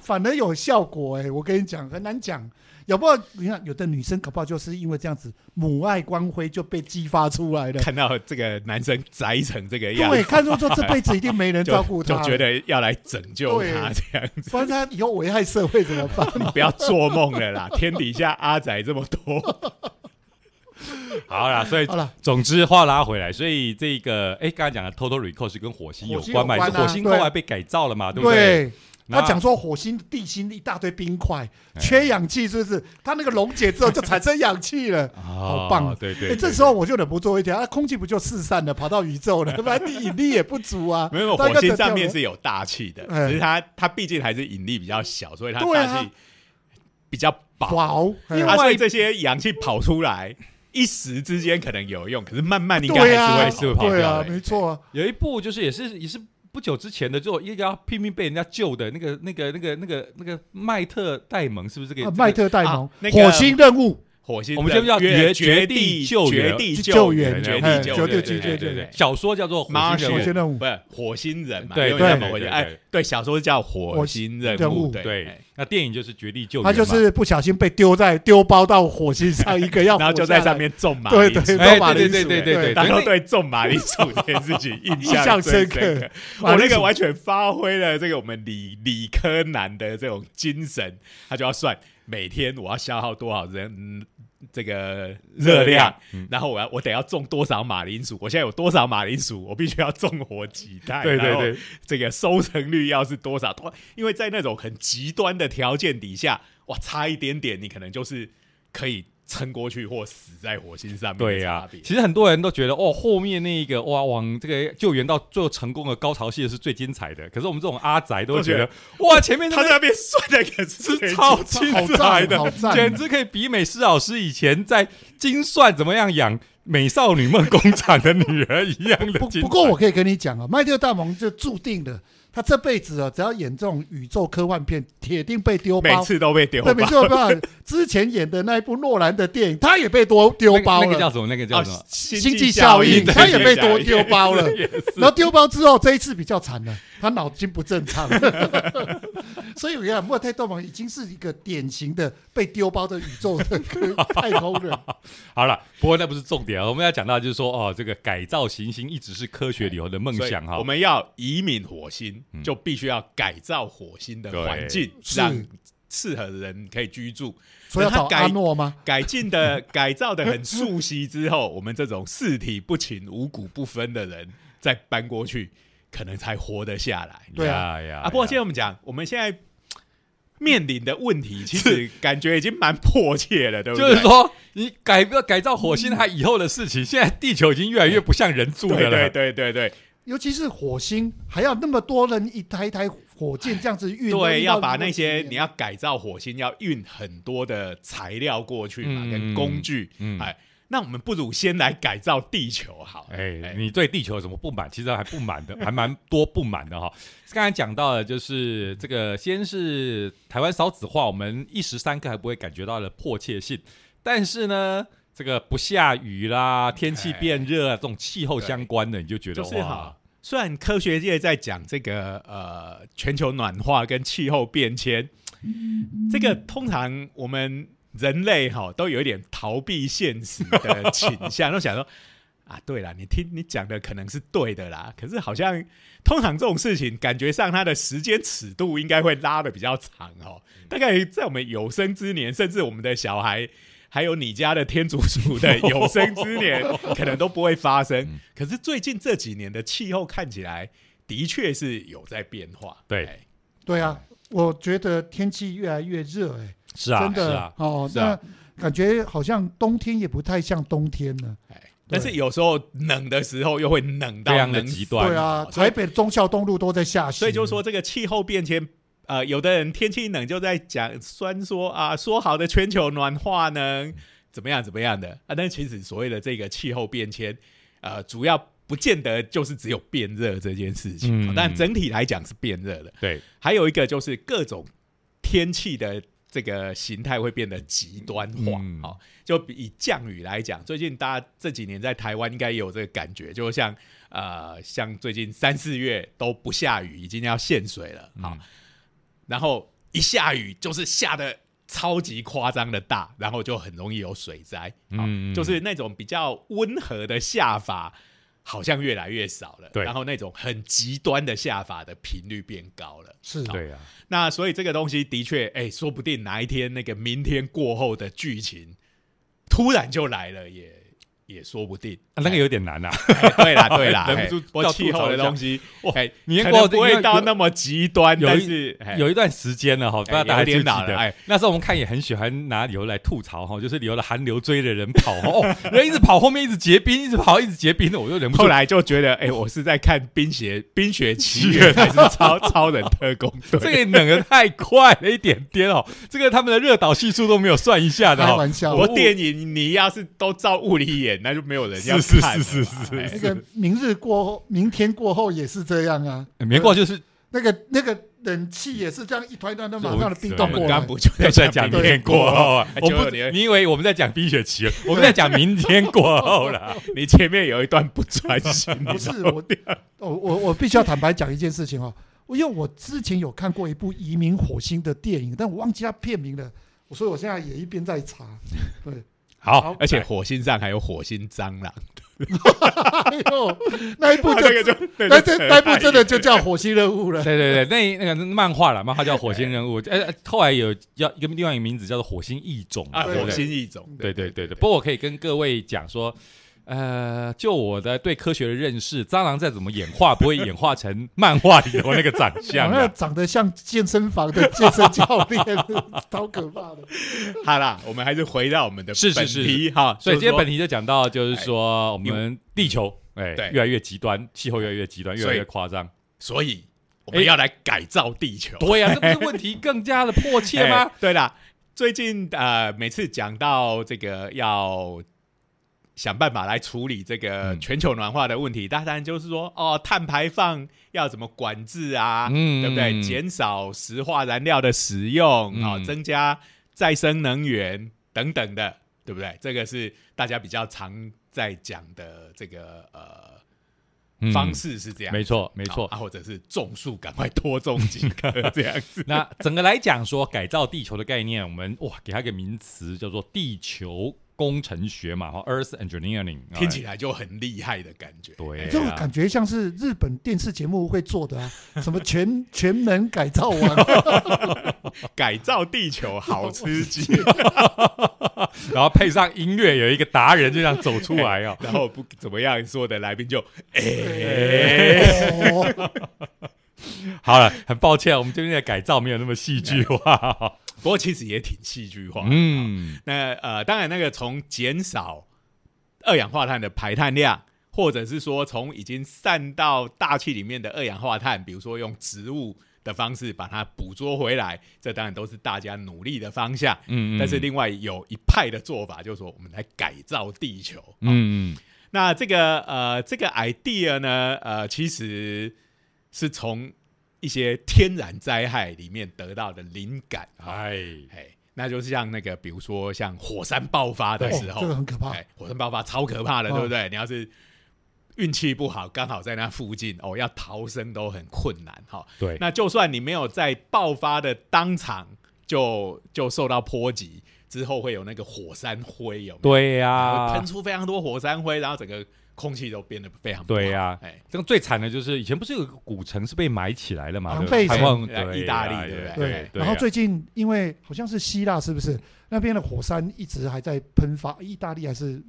Speaker 3: 反而有效果哎、我跟你讲很难讲，有不好你看有的女生搞不好就是因为这样子母爱光辉就被激发出来了，
Speaker 1: 看到这个男生宅成这个样
Speaker 3: 对，
Speaker 1: 子。
Speaker 3: 看出说这辈子一定没人 [LAUGHS]
Speaker 1: 就
Speaker 3: 照顾
Speaker 1: 就
Speaker 3: 她，
Speaker 1: 觉得要来拯救他这样子。
Speaker 3: 不然她以后危害社会怎么办？
Speaker 1: [LAUGHS] 不要做梦了啦！ [LAUGHS] 天底下阿仔这
Speaker 3: [LAUGHS]
Speaker 1: 么多，
Speaker 2: 好啦，所以
Speaker 3: 好了，
Speaker 2: 总之话拉回来，所以这个哎，刚才讲的 Total Recall 是跟火星有关嘛，
Speaker 3: 火星有关啊
Speaker 2: 也是火星后来被改造了嘛，对不对？
Speaker 3: 对。
Speaker 2: 那
Speaker 3: 他讲说火星、地心一大堆冰块，
Speaker 2: 哎
Speaker 3: 缺氧气是不是？它那个溶解之后就产生氧气了。
Speaker 2: 好
Speaker 3: 棒
Speaker 2: 哦对对
Speaker 3: 哎、
Speaker 2: 对，
Speaker 3: 这时候我就忍不住一条，啊，空气不就四散了，跑到宇宙了？ [LAUGHS] 反正你引力也不足啊。
Speaker 1: [LAUGHS] 没有
Speaker 3: 大概
Speaker 1: 火星
Speaker 3: 整条
Speaker 1: 上面是有大气的，
Speaker 3: 哎
Speaker 1: 只是它它毕竟还是引力比较小，所以它
Speaker 3: 对啊
Speaker 1: 大气比较薄。
Speaker 3: 薄，哎
Speaker 1: 啊，所以这些氧气跑出来，一时之间可能有用，可是慢慢应该
Speaker 3: 对啊
Speaker 1: 还是会跑
Speaker 2: 跑
Speaker 1: 掉
Speaker 3: 对
Speaker 1: 的。
Speaker 3: 啊，没错啊。
Speaker 2: 有一部就是也是也是不久之前的，就一个要拼命被人家救的那个那个那个那个那个麦特戴蒙，是不是这个
Speaker 3: 啊麦？特戴
Speaker 1: 啊
Speaker 3: 蒙、
Speaker 1: 那个
Speaker 3: 火星任务，
Speaker 1: 火星
Speaker 2: 我们这边叫
Speaker 1: 绝
Speaker 2: 绝
Speaker 1: 绝
Speaker 2: 绝地救
Speaker 1: 绝
Speaker 2: 援
Speaker 1: 地
Speaker 3: 去
Speaker 1: 救
Speaker 3: 救
Speaker 1: 援，
Speaker 3: 援
Speaker 1: 绝
Speaker 3: 哎
Speaker 1: 地救
Speaker 3: 绝
Speaker 1: 援，对对
Speaker 2: 对
Speaker 3: 地
Speaker 2: 对
Speaker 1: 对
Speaker 2: 对
Speaker 1: 对
Speaker 2: 对，，小说叫做《火星
Speaker 1: 对
Speaker 2: 人
Speaker 3: 火
Speaker 2: 物
Speaker 3: 星》，任务
Speaker 1: 不是火星人嘛？
Speaker 2: 对
Speaker 1: 因为那
Speaker 3: 对
Speaker 1: 么回事。
Speaker 2: 对对
Speaker 1: 哎
Speaker 2: 对，
Speaker 1: 对，小说叫火星任
Speaker 3: 任
Speaker 1: 务，
Speaker 3: 务
Speaker 1: 对。哎
Speaker 2: 对，那电影就是《绝地救援》
Speaker 3: 他
Speaker 2: 嘛，
Speaker 3: 就是不小心被丢在丢包到火星上一个要，
Speaker 1: [LAUGHS] 然后就在上，面种马
Speaker 3: 对
Speaker 1: 铃
Speaker 3: 对
Speaker 1: 薯，
Speaker 2: 哎
Speaker 3: 对马
Speaker 2: 对
Speaker 3: 铃薯
Speaker 2: 对对对对，
Speaker 3: 对
Speaker 1: 大
Speaker 2: 等于
Speaker 1: 家
Speaker 2: 那
Speaker 1: 都对种马铃薯这件事情印
Speaker 3: 印象
Speaker 1: 最
Speaker 3: 深
Speaker 1: 深
Speaker 3: 刻。
Speaker 1: 我
Speaker 3: 马
Speaker 1: 那
Speaker 3: 铃
Speaker 1: 个
Speaker 3: 薯
Speaker 1: 完全发挥了这个我们理理科男的这种精神，他就要算每天我要消耗多少人、嗯这个热
Speaker 2: 热
Speaker 1: 量
Speaker 2: 量，
Speaker 1: 然后我要我得要种多少马铃薯，我现在有多少马铃薯，我必须要种活几袋，
Speaker 2: 对对
Speaker 1: 然后
Speaker 2: 对
Speaker 1: 这个收成率要是多少多，因为在那种很极端的条件底下，哇，差一点点你可能就是可以撑过去或死在火星上面的
Speaker 2: 对啊呀、
Speaker 1: 差别
Speaker 2: 其实很多人都觉得哦，后面那一个哇，往这个救援到最后成功的高潮戏是最精彩的。可是我们这种阿宅都会觉得哇，前面
Speaker 1: 他
Speaker 2: 他
Speaker 1: 在
Speaker 2: 的
Speaker 1: 那边算的可是
Speaker 2: 是超精彩的
Speaker 3: 好赞好，赞
Speaker 2: 简直可以比美施老师以前在精算怎么样养美少女梦工厂的女儿一样的
Speaker 3: 不
Speaker 2: 精彩。
Speaker 3: 不过我可以跟你讲啊，麦特戴蒙就注定了，他这辈子啊，只要演这种宇宙科幻片，铁定被丢
Speaker 1: 每
Speaker 3: 包。
Speaker 1: 次都被丢
Speaker 3: 对，
Speaker 1: 包。
Speaker 3: 没错，吧？之前演的那一部诺兰的电影，他也被多丢
Speaker 2: 那个
Speaker 3: 包
Speaker 2: 那个叫
Speaker 3: 了，
Speaker 2: 什么？那个叫什么？
Speaker 1: 啊星
Speaker 3: 经济
Speaker 1: 效
Speaker 3: 效应，
Speaker 1: 对
Speaker 3: 他也
Speaker 1: 经
Speaker 3: 被
Speaker 1: 济效
Speaker 3: 多
Speaker 1: 应
Speaker 3: 丢包了。
Speaker 2: 也是
Speaker 3: 然后丢包之后，这一次比较惨了，他脑筋不
Speaker 1: [LAUGHS]
Speaker 3: 正常。所以我跟你讲，莫泰多蒙已经是一个典型的被丢包的宇宙的太空
Speaker 1: [LAUGHS]
Speaker 3: 人。
Speaker 2: 好了，不过那不是重点啊。我们要讲到就是说哦，这个改造行星一直是科学理由的梦
Speaker 1: 所以
Speaker 2: 想哈。
Speaker 1: 我们要移民火星，
Speaker 2: 嗯
Speaker 1: 就必须要改造火星的环境，
Speaker 3: 是
Speaker 1: 让适合的人可以居住。
Speaker 3: 所以要找
Speaker 1: 他改
Speaker 3: 阿诺吗？
Speaker 1: 改进 [LAUGHS] 的改造的很熟悉之后，我们这种四体不勤、五谷不分的人再搬过去，可能才活得下来
Speaker 3: 对
Speaker 2: 呀呀
Speaker 1: 啊。不过现在我们讲，我们现在面临的问题，其实感觉已经蛮迫切了，对不对？
Speaker 2: 就是说，你改不改造火星它以后的事情，现在地球已经越来越不像人住的
Speaker 1: 对对
Speaker 2: 了。
Speaker 1: 对对对，
Speaker 3: 尤其是火星，还要那么多人一台一台火箭这样子运，
Speaker 1: 对，
Speaker 3: 运
Speaker 1: 要
Speaker 3: 到啊
Speaker 1: 把
Speaker 3: 你的
Speaker 1: 那
Speaker 3: 前
Speaker 1: 些
Speaker 3: 面
Speaker 1: 你要改造火星，要运很多的材料过去嘛，
Speaker 2: 嗯
Speaker 1: 跟工具。
Speaker 2: 嗯，
Speaker 1: 哎，那我们不如先来改造地球好了。
Speaker 2: 哎，
Speaker 1: 哎
Speaker 2: 你对地球有什么不满？其实还不满的，还蛮 [LAUGHS] 多不满的哈。刚才讲到的就是这个，先是台湾少子化，我们一时三刻还不会感觉到的迫切性，但是呢，这个不下雨啦，天气变热啊，这种气候相关的，你就觉得
Speaker 1: 就是
Speaker 2: 哇
Speaker 1: 哈，，虽然科学界在讲这个呃全球暖化跟气候变迁，这个通常我们人类哈都有一点逃避现实的倾向，都想说。啊，对啦，你听你讲的可能是对的啦，可是好像通常这种事情，感觉上它的时间尺度应该会拉的比较长哦。大概在我们有生之年，甚至我们的小孩，还有你家的天竺鼠的有生之
Speaker 2: [LAUGHS]
Speaker 1: 年，可能都不会发
Speaker 2: 嗯
Speaker 1: 生。可是最近这几年的气候看起来的确是有在变化。
Speaker 2: 对
Speaker 1: 哎，
Speaker 3: 对啊，我觉得天气越来越热、哎、
Speaker 2: 是啊，
Speaker 3: 真
Speaker 2: 是
Speaker 3: 的
Speaker 2: 啊，
Speaker 3: 哦，
Speaker 2: 是啊
Speaker 3: 那感觉好像冬天也不太像冬天了。
Speaker 1: 哎，但是有时候冷的时候又会冷到
Speaker 2: 非常的
Speaker 1: 能
Speaker 2: 极端。
Speaker 3: 对啊，
Speaker 1: 所以
Speaker 3: 台北忠孝东路都在下雪，
Speaker 1: 所以就说这个气候变迁，呃，有的人天气冷就在讲酸说啊，说好的全球暖化呢，怎么样怎么样的啊？但其实所谓的这个气候变迁，呃，主要不见得就是只有变热这件事情，
Speaker 2: 嗯
Speaker 1: 但整体来讲是变热的。
Speaker 2: 对，
Speaker 1: 还有一个就是各种天气的这个形态会变得极端化。
Speaker 2: 嗯
Speaker 1: 好、就比以降雨来讲，最近大家这几年在台湾应该也有这个感觉，就像呃，像最近三四月都不下雨，已经要限水了。好、
Speaker 2: 嗯
Speaker 1: 然后一下雨就是下的。超级夸张的大，然后就很容易有水灾，好
Speaker 2: 嗯
Speaker 1: 就是那种比较温和的下法，好像越来越少了。
Speaker 2: 对
Speaker 1: 然后那种很极端的下法的频率变高了。
Speaker 3: 是
Speaker 2: 对啊，
Speaker 1: 那所以这个东西的确，哎、说不定哪一天那个明天过后的剧情突然就来了，也也说不定。
Speaker 2: 啊那个有点难啊。
Speaker 1: 哎、对
Speaker 2: [LAUGHS]
Speaker 1: 啦对啦，
Speaker 2: 忍不
Speaker 1: 哎
Speaker 2: 住
Speaker 1: 我
Speaker 2: 要
Speaker 1: 气
Speaker 2: 吐槽
Speaker 1: 候的
Speaker 2: 一下
Speaker 1: 东西，
Speaker 2: 哇
Speaker 1: 哎、
Speaker 2: 明天
Speaker 1: 可
Speaker 2: 过后
Speaker 1: 能不
Speaker 2: 应该
Speaker 1: 会到
Speaker 2: 有
Speaker 1: 那么极端，
Speaker 2: 有一
Speaker 1: 但是、哎
Speaker 2: 有一段时间了哈，不知道大家记
Speaker 1: 有
Speaker 2: 不
Speaker 1: 点老
Speaker 2: 记
Speaker 1: 了
Speaker 2: 得？
Speaker 1: 哎
Speaker 2: 那时候我们看也很喜欢拿理由来吐槽哈，就是理由了寒流追着人跑哦， [LAUGHS] 人一直跑，后面一直结冰，一直跑，一直结冰的，我就忍不住
Speaker 1: 后。 [LAUGHS] 来就觉得，哎、我是在看《冰雪
Speaker 2: [LAUGHS]
Speaker 1: 冰雪奇缘》还是超超人特工队？
Speaker 2: 这个冷的太快了一点点哦，这个他们的热岛系数都没有算一下的
Speaker 3: 开
Speaker 2: 哦。
Speaker 3: 玩笑。
Speaker 1: 我电影你要是都照物理演，那就没有人要
Speaker 2: 是是
Speaker 1: 看了
Speaker 2: 是
Speaker 1: 嘛
Speaker 2: 是是
Speaker 1: 哎
Speaker 3: 那个明日过后，明天过后也是这样啊。
Speaker 2: 哎没过就是
Speaker 3: 那个那个冷气也是这样一团一团的，
Speaker 2: 是
Speaker 3: 马上的冰
Speaker 1: 我
Speaker 3: 冻
Speaker 2: 对
Speaker 1: 们
Speaker 3: 过
Speaker 1: 刚
Speaker 3: 来。
Speaker 1: 不就
Speaker 2: 要
Speaker 1: 在
Speaker 2: [LAUGHS] 在
Speaker 1: 讲
Speaker 2: 讲
Speaker 1: 明
Speaker 2: 明
Speaker 1: 天
Speaker 2: 天
Speaker 1: 过哎
Speaker 2: 过
Speaker 1: 后？
Speaker 2: 后啊，我
Speaker 1: 结果
Speaker 2: 不
Speaker 1: 你，
Speaker 2: 你以为我们在讲冰雪奇缘，我们在讲明天过后
Speaker 1: [LAUGHS]
Speaker 2: 了。
Speaker 1: 你前面有一段不专心，
Speaker 3: 不是我，我我我必须要坦白讲一件事情哦，因为我之前有看过一部移民火星的电影，但我忘记它片名了，所以我现在也一边在查。
Speaker 1: [LAUGHS]
Speaker 3: 对，
Speaker 2: 好
Speaker 3: 好，
Speaker 1: 而且火星上还有火星蟑螂，
Speaker 3: 哎呦，那一部
Speaker 1: 啊
Speaker 3: 就
Speaker 1: 那个 [LAUGHS] 就
Speaker 3: 那这那一部真的就叫火星任
Speaker 1: [LAUGHS]
Speaker 3: 务了。
Speaker 2: [LAUGHS] 对对对，那那个漫画了，漫画叫《火星任务》，呃，后来有叫一个另外一个名字叫做《火星异种》
Speaker 1: 啊，
Speaker 2: 对不对
Speaker 1: 火星异种，
Speaker 2: 对对对对，不过我可以跟各位讲说，呃，就我的对科学的认识，蟑螂再怎么演化，不会演化成漫画里头那个长
Speaker 3: [LAUGHS] 我
Speaker 2: 相
Speaker 1: 啊
Speaker 2: 啊
Speaker 3: 那
Speaker 2: 的。
Speaker 3: 长得像健身房的健身教练， [LAUGHS] 超可怕的。
Speaker 1: 好啦，我们还是回到我们的
Speaker 2: 是
Speaker 1: 本
Speaker 2: 是是
Speaker 1: 题哈，
Speaker 2: 所以今天本
Speaker 1: 题，
Speaker 2: 题就讲到，就是说我们地球，哎
Speaker 1: 对，
Speaker 2: 越来越极端，气候越来越极端，越
Speaker 1: 所
Speaker 2: 来
Speaker 1: 以
Speaker 2: 越夸张。
Speaker 1: 所以我们要来改造地球，
Speaker 2: 对呀、这不是问题更加的迫切
Speaker 1: 哎
Speaker 2: 吗？？
Speaker 1: 对啦，最近呃，每次讲到这个要。想办法来处理这个
Speaker 2: 嗯
Speaker 1: 全球暖化的问题，当然就是说，哦，碳排放要怎么管制啊？
Speaker 2: 嗯
Speaker 1: 对不对？减少石化燃料的使用，
Speaker 2: 嗯
Speaker 1: 啊、增加再生能源等等的，对不对？这个是大家比较常在讲的这个呃
Speaker 2: 嗯
Speaker 1: 方式是这样，
Speaker 2: 没错，没
Speaker 1: 没
Speaker 2: 错。
Speaker 1: 啊，或者是种树赶快多种几
Speaker 2: [LAUGHS]
Speaker 1: 棵这样子，
Speaker 2: 那整个来讲说，改造地球的概念，我们哇给它一个名词叫做地球工程学嘛，哈，Earth 哦 Engineering，哦
Speaker 1: 听起来就很厉害的感觉。
Speaker 2: 对、啊，
Speaker 3: 就感觉像是日本电视节目会
Speaker 1: [LAUGHS]
Speaker 3: 做的啊，什么全全能改造王，
Speaker 1: 哦改造地球好吃
Speaker 2: [LAUGHS]
Speaker 1: 鸡，。
Speaker 2: 然后配上音乐，有一个达人就这样走出来哦
Speaker 1: [LAUGHS] 然后不怎么样，所有的来宾就哎
Speaker 3: 哦
Speaker 2: 哎好了，很抱歉，我们这边的改造没有那么戏剧化。
Speaker 1: 不过其实也挺戏剧化。
Speaker 2: 嗯，
Speaker 1: 那呃，当然那个从减少二氧化碳的排碳量，或者是说从已经散到大气里面的二氧化碳，比如说用植物的方式把它捕捉回来，这当然都是大家努力的方向。
Speaker 2: 嗯嗯
Speaker 1: 但是另外有一派的做法，就是说我们来改造地球。
Speaker 2: 嗯，
Speaker 1: 那这个呃，这个 idea 呢，呃，其实是从一些天然灾害里面得到的灵感啊，
Speaker 2: 哎，
Speaker 1: 哎，那就是像那个，比如说像火山爆发的时
Speaker 3: 哦
Speaker 1: 候，
Speaker 3: 这个很可怕。
Speaker 1: 哎，火山爆发超可怕的，
Speaker 3: 哦
Speaker 1: 对不对？你要是运气不好，刚好在那附近，哦，要逃生都很困难哈、
Speaker 2: 对，
Speaker 1: 那就算你没有在爆发的当场就就受到波及，之后会有那个火山灰，有没有？
Speaker 2: 对呀、
Speaker 1: 然后喷出非常多火山灰，然后整个空气都变得非常不好
Speaker 2: 对呀
Speaker 1: 哎，
Speaker 2: 这个最惨的就是以前不是有个古城是被埋起来了嘛？
Speaker 3: 庞
Speaker 2: 对
Speaker 3: 贝
Speaker 2: 不对
Speaker 3: 城
Speaker 2: 台湾
Speaker 1: 呃
Speaker 2: 对
Speaker 1: 意大利
Speaker 2: 呀
Speaker 1: 对不对
Speaker 2: 对
Speaker 1: 对
Speaker 2: 对
Speaker 3: 然后
Speaker 2: 呀
Speaker 3: 最近因为好像是希腊，是不是那边的火山一直还在喷发？意大利还是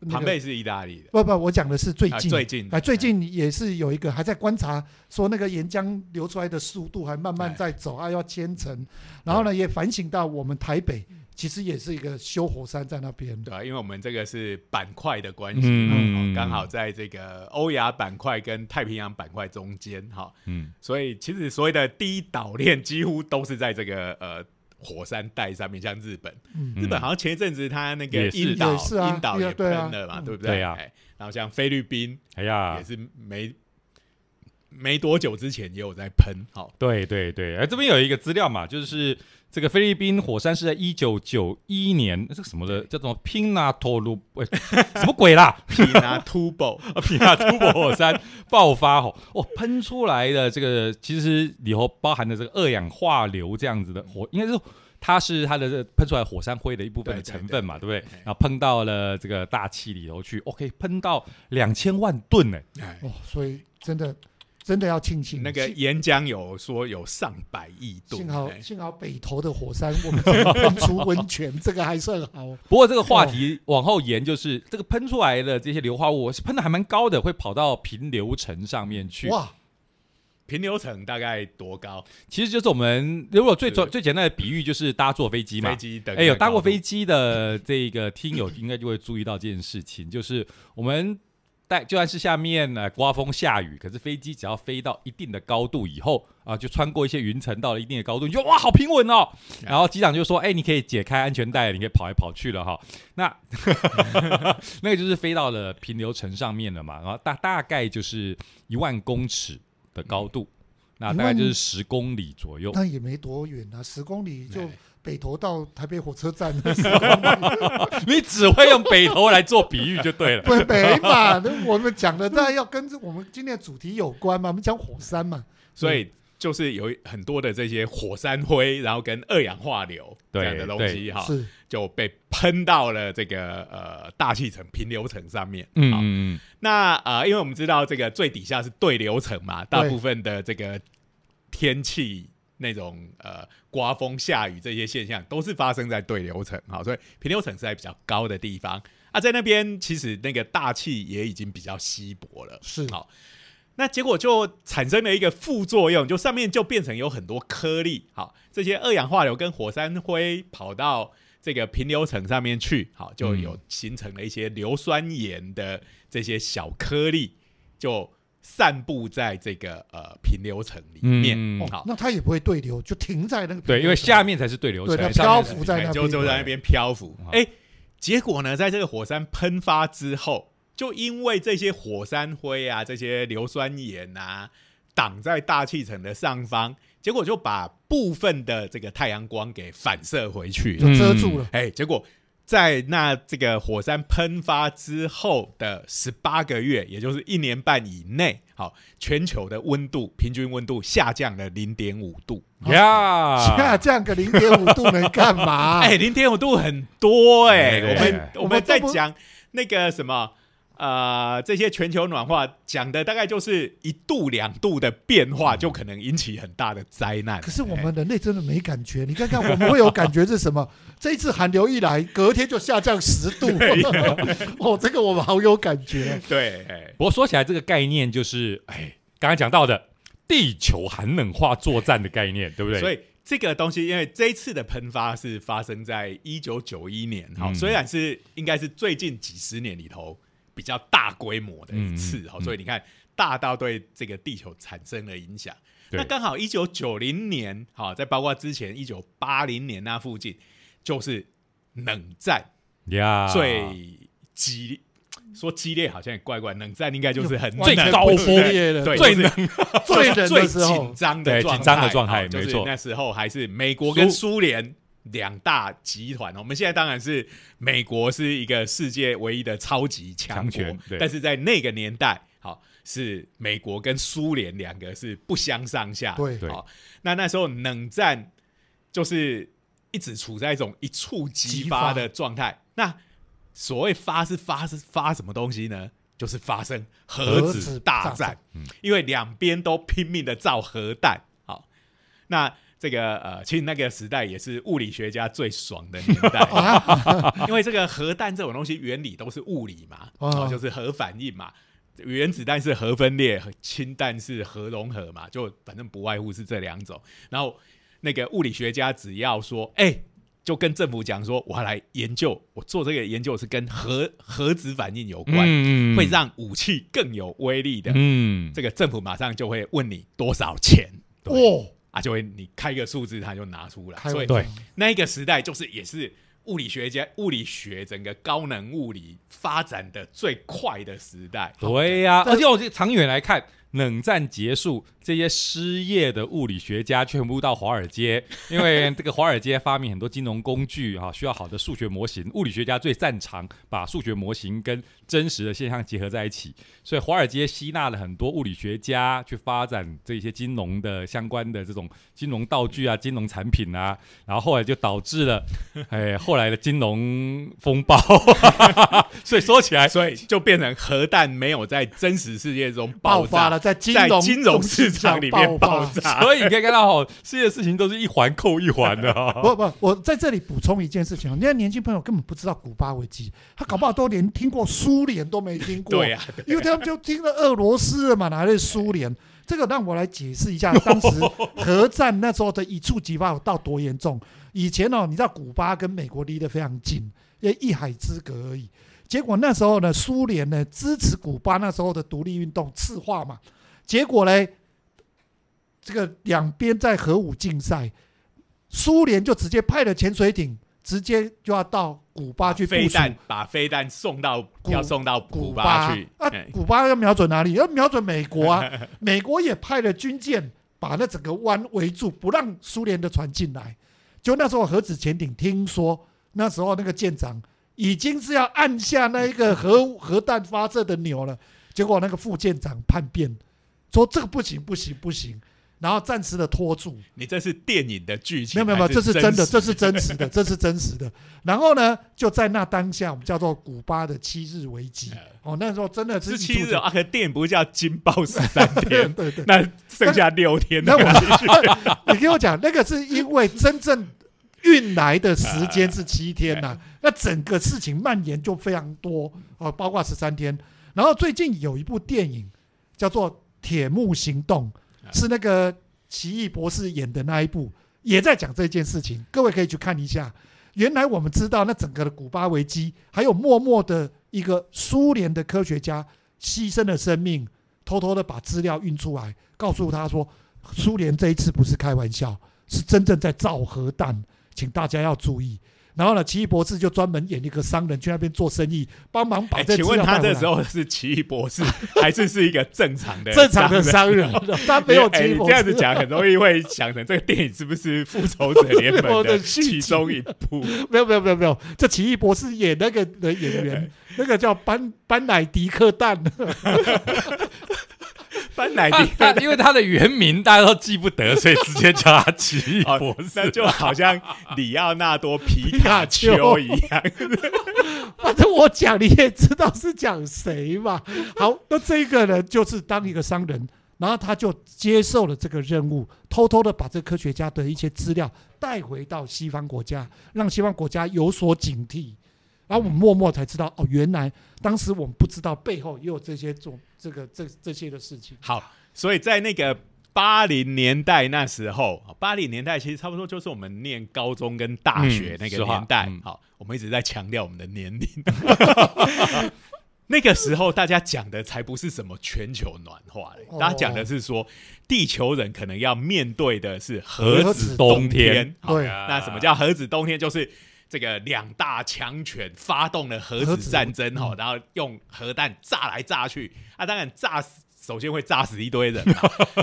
Speaker 3: 那个
Speaker 1: 庞贝是意大利的，
Speaker 3: 不不，我讲的是最
Speaker 1: 啊
Speaker 3: 近，
Speaker 1: 最近
Speaker 3: 啊，最近也是有一个还在观察，说那个岩浆流出来的速度还慢慢在走，
Speaker 1: 哎
Speaker 3: 啊，要千层。然后呢，也反省到我们台北其实也是一个修火山在那边。
Speaker 1: 对啊，因为我们这个是板块的关系嘛，
Speaker 2: 嗯
Speaker 1: 哦刚、好在这个欧亚板块跟太平洋板块中间哈、
Speaker 2: 嗯，
Speaker 1: 所以其实所谓的第一岛链几乎都是在这个呃火山带上面，像日本，
Speaker 3: 嗯，
Speaker 1: 日本好像前一阵子它那个
Speaker 2: 也是
Speaker 1: 樱岛
Speaker 3: 也是啊
Speaker 1: 樱岛
Speaker 3: 也
Speaker 1: 也
Speaker 3: 对
Speaker 1: 喷
Speaker 3: 啊
Speaker 1: 了嘛，
Speaker 3: 嗯
Speaker 1: 对不
Speaker 2: 对啊
Speaker 1: 哎然后像菲律宾
Speaker 2: 哎呀
Speaker 1: 也，是没、没多久之前也有在喷，好、
Speaker 2: 对对对，哎，这边有一个资料嘛，就是这个菲律宾火山是在一九九一年，这个什么的叫做 Pinatubo，哎， [LAUGHS] 什么鬼啦？
Speaker 1: 皮
Speaker 2: [LAUGHS]
Speaker 1: 拿 Tubo
Speaker 2: 啊，皮亚图博火山爆发吼，哦，喷出来的这个其实里头包含的这个二氧化硫这样子的火，应该是它是它的这喷出来火山灰的一部分的
Speaker 1: 对对
Speaker 2: 成分嘛，对不
Speaker 1: 对
Speaker 2: 对？然后喷到了这个大气里头去，哦，可以喷到两千万吨呢、
Speaker 1: 哎
Speaker 3: 哦，所以真的真的要庆幸
Speaker 1: 那个
Speaker 3: 幸
Speaker 1: 岩浆有说有上百亿吨，
Speaker 3: 幸好
Speaker 1: 哎
Speaker 3: 幸好北投的火山，我们只能喷出温泉，这个还算好。
Speaker 2: 不过这个话题往后延，就是这个喷出来的这些硫化物是喷的还蛮高的，会跑到平流层上面去。
Speaker 3: 哇，
Speaker 1: 平流层大概多高？
Speaker 2: 其实就是我们如果最最
Speaker 1: 是
Speaker 2: 最简单的比喻就是大家坐飞机嘛，
Speaker 1: 飞机的
Speaker 2: 哎、有搭过飞机的这个听友应该就会注意到这件事情，就是我们带就算是下面呃刮风下雨，可是飞机只要飞到一定的高度以后啊、就穿过一些云层，到了一定的高度，你就哇好平稳哦。然后机长就说：“哎、你可以解开安全带，你可以跑来跑去了哈。”那 [LAUGHS] 那个就是飞到了平流层上面了嘛，然后大大概就是一万公尺的高度，那大概就是十公里左右。 [LAUGHS]
Speaker 3: 那也没多远啊，十公里就
Speaker 1: 哎
Speaker 3: 北投到台北火车站，
Speaker 2: 你只会用北头来做比喻就对了。
Speaker 3: 不北嘛，那我们讲的当然要跟我们今天的主题有关嘛，我们讲火山嘛。
Speaker 1: 所以就是有很多的这些火山灰，然后跟二氧化硫这
Speaker 2: 对
Speaker 1: 样的东西哈，
Speaker 3: 是
Speaker 1: 就被喷到了这个呃大气层平流层上面。
Speaker 2: 嗯
Speaker 1: 好
Speaker 2: 嗯。嗯
Speaker 1: 那呃，因为我们知道这个最底下是对流层嘛，大部分的这个天气那种呃刮风下雨这些现象都是发生在对流层，好，所以平流层是在比较高的地方啊，在那边其实那个大气也已经比较稀薄了，
Speaker 3: 是
Speaker 1: 好。那结果就产生了一个副作用，就上面就变成有很多颗粒，好，这些二氧化硫跟火山灰跑到这个平流层上面去，好，就有形成了一些硫酸盐的这些小颗粒，就散布在这个呃平流层里面，
Speaker 2: 嗯
Speaker 3: 哦
Speaker 1: 好，
Speaker 3: 那它也不会对流，就停在那个
Speaker 2: 对，因为
Speaker 3: 平流
Speaker 2: 下面才是对流
Speaker 3: 对
Speaker 2: 层，
Speaker 3: 它
Speaker 2: 上面
Speaker 3: 漂浮在那边
Speaker 1: 哎就就在那边漂浮。哎、结果呢，在这个火山喷发之后，就因为这些火山灰啊、这些硫酸盐啊，挡在大气层的上方，结果就把部分的这个太阳光给反射回去了。
Speaker 3: 嗯层就遮住了。
Speaker 1: 哎、结果在那这个火山喷发之后的十八个月，也就是一年半以内，好，全球的温度平均温度下降了零点五度。
Speaker 3: [LAUGHS] 下
Speaker 2: 呀，
Speaker 3: 降个零点五度能干
Speaker 1: [LAUGHS]
Speaker 3: 嘛？
Speaker 1: 哎，零点五度很多哎、我
Speaker 2: 哎
Speaker 1: 们
Speaker 2: 哎
Speaker 1: 我们在讲那个什么呃，这些全球暖化讲的大概就是一度两度的变化，就可能引起很大的灾难。哎
Speaker 3: 可是我们人类真的没感觉，你看看我们会有感觉是
Speaker 1: [LAUGHS]
Speaker 3: 什么？这一次寒流一来，隔天就下降十度， [LAUGHS] 哦，这个我们好有感觉。
Speaker 1: 哎对，哎
Speaker 2: 不过说起来，这个概念就是，哎，刚才讲到的地球寒冷化作战的概念，对不对？
Speaker 1: 所
Speaker 2: 以
Speaker 1: 以这个东西，因为这一次的喷发是发生在一九九一年，好、
Speaker 2: 嗯
Speaker 1: 虽然是应该是最近几十年里头比较大规模的一次，
Speaker 2: 嗯
Speaker 1: 好、
Speaker 2: 嗯
Speaker 1: 所以你看大到对这个地球产生了影响。
Speaker 2: 对
Speaker 1: 那刚好一九九零年，好、再包括之前一九八零年那附近，就是冷战
Speaker 2: 呀，
Speaker 1: 最激、说激烈好像也怪怪，冷战应该就是很
Speaker 2: 最
Speaker 1: 冷
Speaker 2: 高
Speaker 3: 完全不
Speaker 2: 峰
Speaker 3: 激烈了，
Speaker 1: 对
Speaker 2: 最
Speaker 1: 就是
Speaker 2: 冷
Speaker 1: [LAUGHS]
Speaker 3: 最冷
Speaker 1: 最
Speaker 3: 的时
Speaker 1: 紧
Speaker 3: 候，
Speaker 1: 张的
Speaker 2: 对
Speaker 1: 状态
Speaker 2: 紧张的状态
Speaker 1: 哦就是
Speaker 2: 没错
Speaker 1: 那时候还是美国跟苏联两大集团。哦我们现在当然是美国是一个世界唯一的超级强国
Speaker 2: 强权，对
Speaker 1: 但是在那个年代，好是美国跟苏联两个是不相上下。
Speaker 3: 对
Speaker 2: 对
Speaker 1: 好，那那时候冷战就是一直处在一种一触即发的状态。那所谓发是发是发什么东西呢？就是发生核
Speaker 3: 核
Speaker 1: 子
Speaker 3: 子
Speaker 1: 大
Speaker 3: 大
Speaker 1: 战
Speaker 3: 战，嗯
Speaker 1: 因为两边都拼命的造核弹。好，那这个呃，其实那个时代也是物理学家最爽的年
Speaker 3: [LAUGHS]
Speaker 1: 代，
Speaker 3: 哦
Speaker 1: 因为这个核弹这种东西原理都是物理嘛，
Speaker 3: 哦
Speaker 1: 哦，就是核反应嘛。原子弹是核分裂，氢弹是核融合嘛，就反正不外乎是这两种。然后那个物理学家只要说，哎、就跟政府讲说，我要来研究，我做这个研究是跟核核子反应有关，
Speaker 2: 嗯
Speaker 1: 会让武器更有威力的。
Speaker 2: 嗯
Speaker 1: 这个政府马上就会问你多少钱，
Speaker 3: 哇，
Speaker 1: 对啊，就会你开个数字，他就拿出来。
Speaker 3: 哦开
Speaker 1: 所以
Speaker 2: 对
Speaker 3: 玩笑
Speaker 1: 那一个时代就是也是物理学家、物理学整个高能物理发展的最快的时代。
Speaker 2: 对呀、
Speaker 3: 但
Speaker 2: 而且我这长远来看，冷战结束，这些失业的物理学家全部到华尔街，因为嗯这个华尔街发明很多金融工具哈、需要好的数学模型，物理学家最擅长把数学模型跟真实的现象结合在一起，所以华尔街吸纳了很多物理学家去发展这些金融的相关的这种金融道具啊、金融产品啊，然后后来就导致了，哎，后来的金融风暴， [LAUGHS] 所以说起来，
Speaker 3: [LAUGHS]
Speaker 1: 所以就变成核弹没有在真实世界中
Speaker 3: 爆
Speaker 1: 爆
Speaker 3: 发
Speaker 1: 炸，
Speaker 3: 了，在金
Speaker 1: 在
Speaker 3: 融
Speaker 1: 金融市场里面爆
Speaker 2: [LAUGHS]
Speaker 3: 发。
Speaker 1: 炸。
Speaker 2: 所以你可以看到哦，这些事情都是一环扣一环的、哦。
Speaker 3: 不不，我在这里补充一件事情，人家年轻朋友根本不知道古巴危机，他搞不好都连听过苏联都没听过，
Speaker 1: 对啊呀、
Speaker 3: [LAUGHS] 因为他们就听了俄罗斯了嘛，哪来的
Speaker 1: [LAUGHS]
Speaker 3: 苏联？这个让我来解释一下，当时核战那时候的一触即发有到多严重。以前哦，你知道古巴跟美国离得非常近，也一海之隔而已。结果那时候呢，苏联呢支持古巴那时候的独立运动，赤化嘛。结果嘞，这个两边在核武竞赛，苏联就直接派了潜水艇，直接就要到古巴去部
Speaker 1: 啊飞
Speaker 3: 署
Speaker 1: 弹把飞弹送到
Speaker 3: 古
Speaker 1: 要送到古
Speaker 3: 古
Speaker 1: 巴去，
Speaker 3: 啊
Speaker 1: 哎，
Speaker 3: 古巴要瞄准哪里？要瞄准美
Speaker 1: [LAUGHS]
Speaker 3: 国啊！美国也派了军舰把那整个湾围住，不让苏联的船进来。就那时候核子潜艇听说，那时候那个舰长已经是要按下那一
Speaker 1: [LAUGHS]
Speaker 3: 个核核弹发射的钮了，结果那个副舰长叛变，说这个不行不行不行，然后暂时的拖住。
Speaker 1: 你这是电影的剧情，
Speaker 3: 没有没有没有，
Speaker 1: 还
Speaker 3: 这是真的，
Speaker 1: 实
Speaker 3: 这是真实
Speaker 1: [LAUGHS]
Speaker 3: 的，这是真实的。然后呢，就在那当下，我们叫做古巴的七日危机。哦，那时候真的是
Speaker 1: 哎是
Speaker 3: 一
Speaker 1: 七
Speaker 3: 触
Speaker 1: 日
Speaker 3: 即
Speaker 1: 啊，可电影不是叫惊爆十
Speaker 3: [LAUGHS]
Speaker 1: 三
Speaker 3: 对
Speaker 1: 天，
Speaker 3: 对对。
Speaker 1: 那剩下六天
Speaker 3: 那
Speaker 1: 的话，
Speaker 3: 我， [LAUGHS] 你听我讲，那个是因为真正运来的时间是七天呐、
Speaker 1: 哎
Speaker 3: 那整个事情蔓延就非常多哦，包括十三天。然后最近有一部电影叫做《铁幕行动》，
Speaker 1: 哎
Speaker 3: 是那个奇异博士演的那一部，也在讲这件事情，各位可以去看一下。原来我们知道，那整个的古巴危机，还有默默的一个苏联的科学家牺牲了生命，偷偷的把资料运出来，告诉他说，苏联这一次不是开玩笑，是真正在造核弹，请大家要注意。然后呢，奇异博士就专门演一个商人去那边做生意，帮忙把
Speaker 1: 哎
Speaker 3: 这资
Speaker 1: 请
Speaker 3: 料
Speaker 1: 问他
Speaker 3: 带回
Speaker 1: 这
Speaker 3: 来
Speaker 1: 时候是奇异博士，还是是一个正常的
Speaker 3: [LAUGHS] 正常的
Speaker 1: 商人？
Speaker 3: 商人，他没有
Speaker 1: 哎
Speaker 3: 奇异
Speaker 1: 你
Speaker 3: 博
Speaker 1: 这样子
Speaker 3: 士。
Speaker 1: 讲，很容易会想成这个电影是不是《复仇者联
Speaker 3: [LAUGHS] 复仇
Speaker 1: 盟》的
Speaker 3: 者续集
Speaker 1: 其中一部？
Speaker 3: 没有没有没有没有，这奇异博士演那个的演员，那个叫班班乃迪克蛋， [LAUGHS]
Speaker 1: [LAUGHS] 班乃
Speaker 2: 他
Speaker 1: 迪
Speaker 2: [LAUGHS] 他因为他的原名大家都记不得，所以直接叫他奇异博
Speaker 1: 哦
Speaker 2: 士。
Speaker 1: 那就好像里奥纳多皮卡丘一
Speaker 2: [LAUGHS]
Speaker 1: 样。
Speaker 3: 反正我讲你也知道是讲谁嘛。好，那这个人就是当一个商人，然后他就接受了这个任务，偷偷的把这科学家的一些资料带回到西方国家，让西方国家有所警惕。然后我们默默才知道，哦，原来当时我们不知道背后也有这些种这个这这些的事情。
Speaker 1: 好，所以在那个八零年代那时候，哦八零年代其实差不多就是我们念高中跟大学
Speaker 2: 嗯
Speaker 1: 那个
Speaker 2: 是啊
Speaker 1: 年代。
Speaker 2: 嗯
Speaker 1: 好，我们一直在强调我们的年龄。 [LAUGHS] 那个时候大家讲的才不是什么全球暖化嘞，
Speaker 3: 哦
Speaker 1: 大家讲的是说地球人可能要面对的是核
Speaker 3: 核
Speaker 1: 子
Speaker 3: 子
Speaker 1: 冬
Speaker 2: 冬
Speaker 1: 天
Speaker 2: 天。
Speaker 1: 好
Speaker 3: 对
Speaker 1: 那什么叫核子冬天？就是这个两大强权发动了核
Speaker 3: 核
Speaker 1: 子
Speaker 3: 子
Speaker 1: 战争哈，然后用核弹炸来炸去啊，当然炸死。首先会炸死一堆人嘛，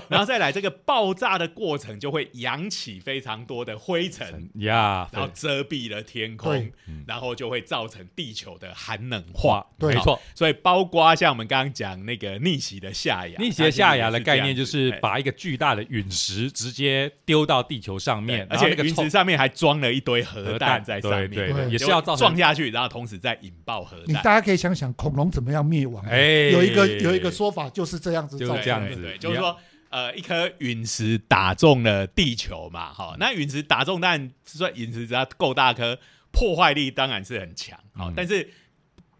Speaker 1: 然后再来这个爆炸的过程就会扬起非常多的灰尘，
Speaker 2: 呀？
Speaker 1: 然后遮蔽了天空嗯
Speaker 3: 对，
Speaker 1: 然后就会造成地球的寒冷化。
Speaker 3: 对
Speaker 2: 没错。
Speaker 1: 所以包括像我们刚刚讲那个逆袭的夏亚，
Speaker 2: 逆斜下啊牙的概念就
Speaker 1: 它其实也
Speaker 2: 是
Speaker 1: 这样子哎
Speaker 2: 把一个巨大的陨石直接丢到地球上面，
Speaker 1: 而
Speaker 2: 然后
Speaker 1: 且
Speaker 2: 那个
Speaker 1: 云
Speaker 2: 臭
Speaker 1: 池上面还装了一堆核
Speaker 2: 核
Speaker 1: 弹
Speaker 2: 弹
Speaker 1: 在
Speaker 2: 在
Speaker 1: 上
Speaker 2: 上
Speaker 1: 面，
Speaker 2: 面
Speaker 3: 对
Speaker 2: 也是要造成
Speaker 1: 撞下去，然后同时再引爆核
Speaker 3: 你
Speaker 1: 弹
Speaker 3: 大。家可以想想恐龙怎么样灭亡的？啊
Speaker 2: 哎
Speaker 3: 有一个有一个说法就是这样子
Speaker 2: 就是
Speaker 3: 造
Speaker 1: 对
Speaker 3: 成
Speaker 2: 这样
Speaker 3: 的
Speaker 1: 对
Speaker 2: 子
Speaker 1: 对就是说。呃，一颗陨石打中了地球嘛，哈，那陨石打中，但是说陨石只要够大颗，破坏力当然是很强，好、
Speaker 2: 嗯
Speaker 1: 但是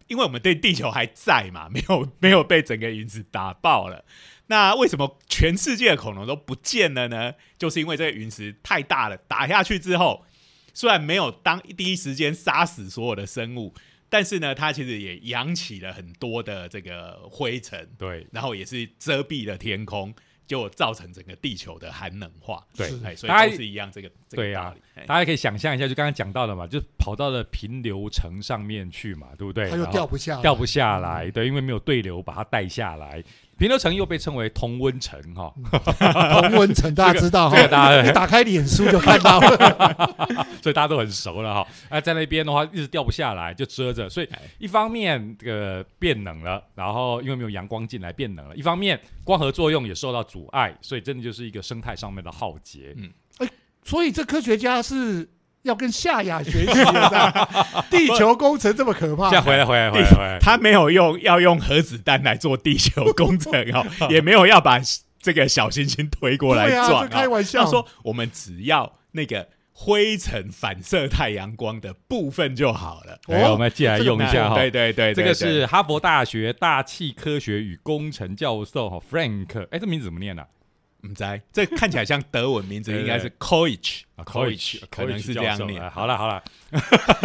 Speaker 1: 因为我们对地球还在嘛，没有没有被整个陨石打爆了，那为什么全世界的恐龙都不见了呢？就是因为这个陨石太大了，打下去之后，虽然没有当第一时间杀死所有的生物，但是呢，它其实也扬起了很多的这个灰尘，
Speaker 2: 对
Speaker 1: 然后也是遮蔽了天空，就造成整个地球的寒冷化。
Speaker 2: 对
Speaker 3: 是
Speaker 1: 哎，所
Speaker 2: 大
Speaker 1: 以都
Speaker 2: 家
Speaker 1: 是一样这个这
Speaker 2: 对
Speaker 1: 个
Speaker 2: 啊
Speaker 1: 道理。哎
Speaker 2: 大家可以想象一下，就刚刚讲到了嘛，就跑到了平流层上面去嘛，对不对？
Speaker 3: 它就
Speaker 2: 然后
Speaker 3: 掉不下来，
Speaker 2: 掉不下来，对，因为没有对流把它带下来。平流层又被称为同温层哈，
Speaker 3: 同温层，大家知道哈
Speaker 2: 这个
Speaker 3: [LAUGHS]
Speaker 2: 大家
Speaker 3: 你打开脸书就看到了，
Speaker 2: 所以大家都很熟了哈。那在那边的话，一直掉不下来，就遮着。所
Speaker 1: 哎
Speaker 2: 以一方面这个变冷了，然后因为没有阳光进来变冷了；一方面光合作用也受到阻碍，所以真的就是一个生态上面的浩劫。
Speaker 1: 嗯
Speaker 3: 所以这科学家是要跟夏亚学习的，地球工程这么可
Speaker 2: [LAUGHS]
Speaker 3: 怕
Speaker 2: 现在。回来，回来，回来，回
Speaker 1: [LAUGHS]
Speaker 2: 来。
Speaker 1: 他没有用要用核子弹来做地球工程哦，也没有要把这个小行星推过来
Speaker 3: 对啊，
Speaker 1: 撞、
Speaker 3: 这开
Speaker 1: 哦。
Speaker 3: 玩
Speaker 1: 他
Speaker 3: 笑。
Speaker 1: 说我们只要那个灰尘反射太阳光的部分就好了。哎
Speaker 2: 来哎我们借来用一下哈。
Speaker 1: 对对对，
Speaker 2: 这
Speaker 1: 对
Speaker 2: 个是哈佛大学大气科学与工程教授哈 Frank，哎，这名字怎么念呢、
Speaker 1: 唔知，嗯这看起来像德文名字，
Speaker 2: 对对
Speaker 1: 应该是 Koich，
Speaker 2: 啊
Speaker 1: Koich，可能是这样念。
Speaker 2: 哎好了好了， [LAUGHS]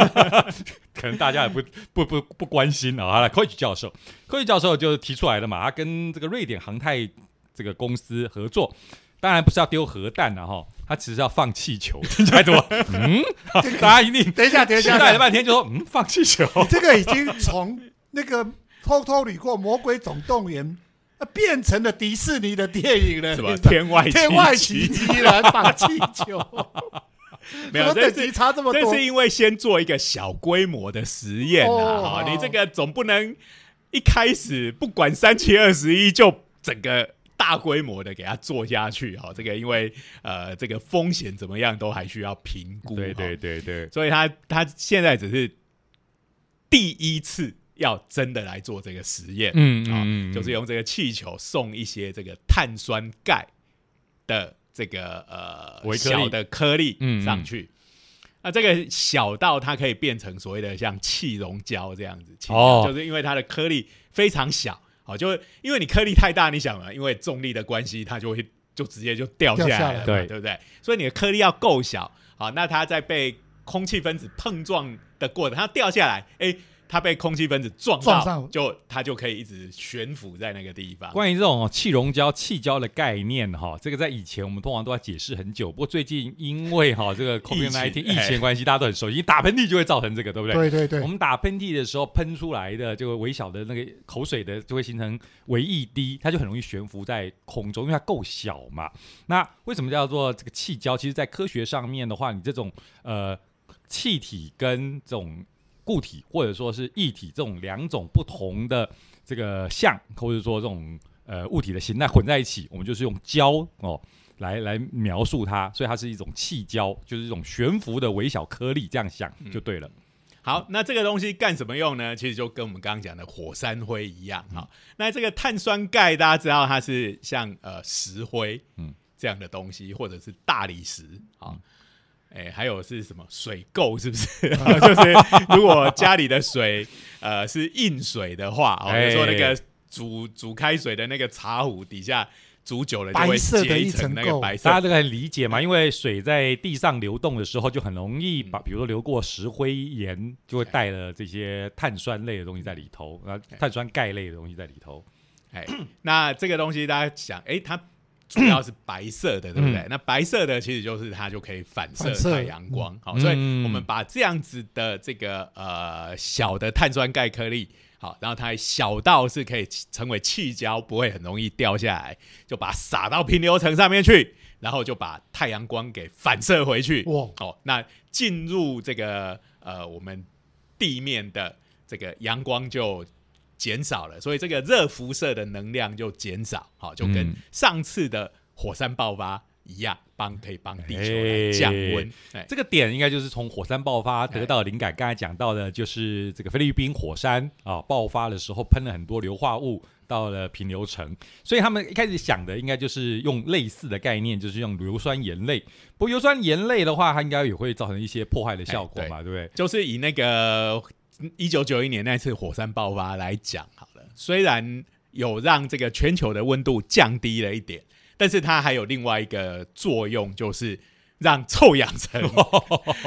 Speaker 2: 可能大家也不不不不关心啊。好了，Koich 教授，Koich 教授就提出来了嘛，他跟这个瑞典航太这个公司合作。当然不是要丢核弹了哈，他只是要放气球， [LAUGHS] 听起
Speaker 1: [LAUGHS]
Speaker 2: 来怎么？嗯，大家一定
Speaker 3: 等一下，等一
Speaker 2: 期
Speaker 3: 下，
Speaker 2: 待了半天，就说嗯，放气球，
Speaker 3: 你这个已经从那个偷偷捋过《魔鬼总动员》呃变成了迪士尼的电影了，
Speaker 1: 什么
Speaker 3: 你知道
Speaker 1: 天外
Speaker 3: 天外
Speaker 1: 奇
Speaker 3: 奇迹了，还打气球，
Speaker 1: 没
Speaker 3: 怎
Speaker 1: 有，这
Speaker 3: 么等
Speaker 1: 是
Speaker 3: 级差这么
Speaker 1: 这
Speaker 3: 多
Speaker 1: 是？因为先做一个小规模的实验啊，
Speaker 3: 哦
Speaker 1: 哈、
Speaker 3: 好
Speaker 1: 你这个总不能一开始不管三七二十一就整个大规模的给它做下去，哈、这个因为呃这个风险怎么样都还需要评估，
Speaker 2: 对对
Speaker 1: 哈
Speaker 2: 对对，
Speaker 1: 所以他他现在只是第一次要真的来做这个实验，
Speaker 2: 嗯
Speaker 1: 啊、就是用这个气球送一些这个碳酸钙的这个呃
Speaker 2: 微颗粒
Speaker 1: 小的颗粒
Speaker 2: 嗯嗯
Speaker 1: 上去。那这个小到它可以变成所谓的像气溶胶这样子，气
Speaker 2: 哦
Speaker 1: 溶就是因为它的颗粒非常小，哦，就因为你颗粒太大，你想嘛，因为重力的关系，它就会就直接就掉下
Speaker 3: 掉下
Speaker 1: 来
Speaker 3: 来
Speaker 1: 了嘛，
Speaker 2: 对
Speaker 1: 对不对？所以你的颗粒要哦够小，好，那它在被空气分子碰撞的过程，它掉下来，哎，它被空气分子撞
Speaker 3: 撞
Speaker 1: 到，
Speaker 3: 上
Speaker 1: 就它就可以一直悬浮在那个地方。
Speaker 2: 关于这种哦气溶胶、气胶的概念哈，这个在以前我们通常都要解释很久。不过最近因为哈这个 COVID
Speaker 1: [LAUGHS] 疫
Speaker 2: n
Speaker 1: 情
Speaker 2: i t 疫
Speaker 1: 哎
Speaker 2: 情关系，大家都很熟悉，你打喷嚏就会造成这个，对不对？
Speaker 3: 对对对
Speaker 2: 我，们打喷嚏的时候喷出来的这个微小的那个口水的，就会形成微液滴，它就很容易悬浮在空中，因为它够小嘛。那为什么叫做这个气胶？其实，在科学上面的话，你这种呃气体跟这种呃固体或者说是液体这种两种不同的这个像，或者说这种呃物体的形态混在一起，我们就是用胶哦。来来描述它，所以它是一种气胶，就是一种悬浮的微小颗粒，这样想就对了。
Speaker 3: 嗯
Speaker 1: 好，那这个东西干什么用呢？其实就跟我们刚刚讲的火山灰一样。好、那这个碳酸钙大家知道它是像呃石灰，
Speaker 2: 嗯
Speaker 1: 嗯，这样的东西，或者是大理石，好、
Speaker 2: 嗯
Speaker 1: 哎、还有是什么水垢？是不是？ [LAUGHS] 好就是如果家里的水呃是硬水的话，哦，
Speaker 2: 哎
Speaker 1: 比如说那个煮煮开水的那个茶壶底下煮久了就
Speaker 3: 白
Speaker 1: 会
Speaker 3: 色的
Speaker 1: 结
Speaker 3: 一
Speaker 1: 层
Speaker 3: 层
Speaker 1: 那个
Speaker 3: 垢
Speaker 1: 白色
Speaker 2: 大家都可以理解嘛，因为水在地上流动的时候，就很容易把，比如说流过石灰岩，就会带了这些碳酸类的东西在里头，啊，碳酸钙类的东西在里头。
Speaker 1: 哎，那这个东西大家想，哎，它主要是白色的，对不对？那白色的其实就是它就可以反射
Speaker 3: 反射
Speaker 1: 太阳光，好，
Speaker 2: 嗯
Speaker 1: 所以我们把这样子的这个呃小的碳酸钙颗粒。好，然后它小到是可以成为气胶，不会很容易掉下来，就把它撒到平流层上面去，然后就把太阳光给反射回去。
Speaker 3: 哇
Speaker 1: 哦，那进入这个呃我们地面的这个阳光就减少了，所以这个热辐射的能量就减少，好、就跟
Speaker 2: 嗯
Speaker 1: 上次的火山爆发一样，帮可以帮地球来降温。哎、
Speaker 2: 这个点应该就是从火山爆发得到的灵感。刚才讲到的就是这个菲律宾火山啊爆发的时候喷了很多硫化物到了平流层，所以他们一开始想的应该就是用类似的概念，就是用硫酸盐类。不过硫酸盐类的话，它应该也会造成一些破坏的效果嘛，哎对不对？
Speaker 1: 就是以那个一九九一年那次火山爆发来讲好了，虽然有让这个全球的温度降低了一点，但是它还有另外一个作用，就是让臭氧
Speaker 3: [LAUGHS]
Speaker 1: 层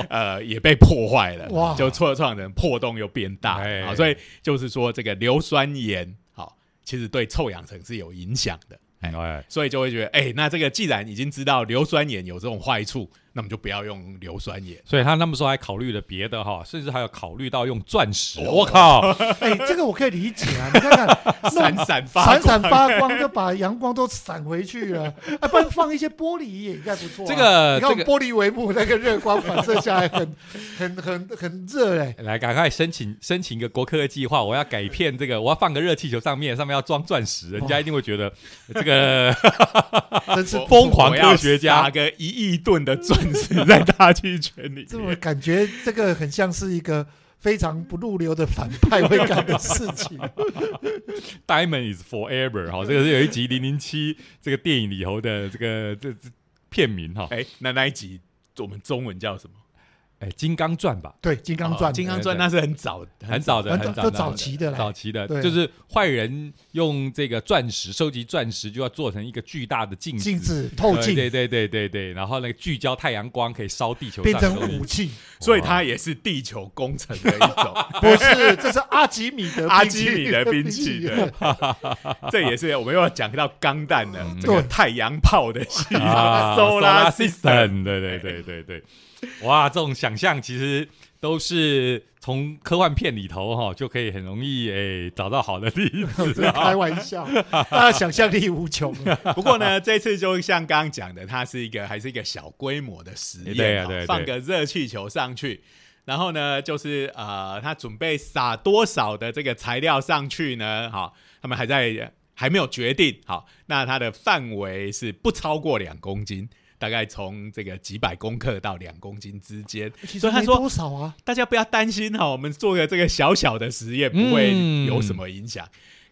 Speaker 1: 呃也被破坏了，
Speaker 3: 哇
Speaker 1: 就臭臭氧层破洞又变大了，
Speaker 2: 哎
Speaker 1: 好，所以就是说这个硫酸盐好，其实对臭氧层是有影响的。
Speaker 2: 哎，
Speaker 1: 所以就会觉得，哎、那这个既然已经知道硫酸盐有这种坏处，那我们就不要用硫酸盐。
Speaker 2: 所以他那么时候还考虑了别的哈，甚至还有考虑到用钻石。
Speaker 3: 哦
Speaker 2: 我靠， [LAUGHS]
Speaker 3: 哎，这个我可以理解啊，你看
Speaker 1: [LAUGHS]
Speaker 3: 看
Speaker 1: 闪闪发
Speaker 3: 闪
Speaker 1: 光，
Speaker 3: 闪发光，就把阳光都闪回去了。哎，不然放一些玻璃也应该不错啊。
Speaker 2: 这个
Speaker 3: 你看我
Speaker 2: 这
Speaker 3: 们
Speaker 2: 个
Speaker 3: 玻璃帷幕那个热光反射下来，很 [LAUGHS] 很很很热哎。
Speaker 2: 来赶快申请申请一个国科的计划，我要改片这个，我要放个热气球上面，上面要装钻石，人家一定会觉得这个 [LAUGHS]
Speaker 3: 真是
Speaker 1: [LAUGHS] 我
Speaker 2: 疯狂科学
Speaker 1: 我
Speaker 2: 家
Speaker 1: 要撒个一亿吨的钻石在大气圈里
Speaker 3: 这么
Speaker 1: 面。
Speaker 3: 感觉，这个很像是一个非常不入流的反派会干的事
Speaker 1: [LAUGHS]
Speaker 3: 情。
Speaker 1: 哦
Speaker 2: Diamond is forever 哈，这个是有一集零零七这个电影里头的这个这这片名哈，
Speaker 1: [LAUGHS] 哎、那那一集我们中文叫什么？
Speaker 2: 哎，金刚钻吧，
Speaker 3: 对，《金刚钻
Speaker 1: 哦》金刚钻那是很早
Speaker 2: 很早的，
Speaker 3: 很
Speaker 2: 很
Speaker 3: 早
Speaker 2: 早
Speaker 3: 就
Speaker 2: 的
Speaker 3: 早期的
Speaker 2: 早
Speaker 3: 啦。
Speaker 2: 期的，
Speaker 3: 对
Speaker 2: 就是坏人用这个钻石收集钻石，就要做成一个巨大的镜
Speaker 3: 镜
Speaker 2: 子。
Speaker 3: 子透
Speaker 1: 哦
Speaker 2: 对
Speaker 3: 镜
Speaker 2: 对对对对对，然后那个聚焦太阳光可以烧地球
Speaker 3: 变
Speaker 2: 上的
Speaker 3: 成
Speaker 2: 东西
Speaker 1: [LAUGHS]
Speaker 3: 武器，
Speaker 1: 所以它也是地球工程的一种，
Speaker 3: 不是，这是阿基米德
Speaker 1: 阿基米德
Speaker 3: 兵
Speaker 1: 兵
Speaker 3: 器
Speaker 1: 器。对，这也是我们又要讲到钢弹的这个
Speaker 3: 对
Speaker 1: 太阳炮的系统
Speaker 2: 嗯啊
Speaker 1: ，Solar System。
Speaker 2: 对对对对对，哇，这种想象其实都是从科幻片里头哈、就可以很容易诶、找到好的例
Speaker 3: [LAUGHS]
Speaker 1: [LAUGHS]
Speaker 3: 这
Speaker 2: 子
Speaker 3: 是开玩笑，大家想象力无穷。啊
Speaker 1: 不过呢，这次就像刚刚讲的，它是一个还是一个小规模的实验，
Speaker 2: 对啊
Speaker 1: 好
Speaker 2: 对啊对啊
Speaker 1: 放个热气球上去，然后呢，就是呃，他准备撒多少的这个材料上去呢？好，他们还在还没有决定。好，那它的范围是不超过两公斤。大概从这个几百公克到两公斤之间，
Speaker 3: 其
Speaker 1: 所
Speaker 3: 实
Speaker 1: 以他
Speaker 3: 没多
Speaker 1: 说
Speaker 3: 少啊，
Speaker 1: 大家不要担心哈，我们做个这个小小的实验
Speaker 2: 嗯
Speaker 1: 不会有什么影响。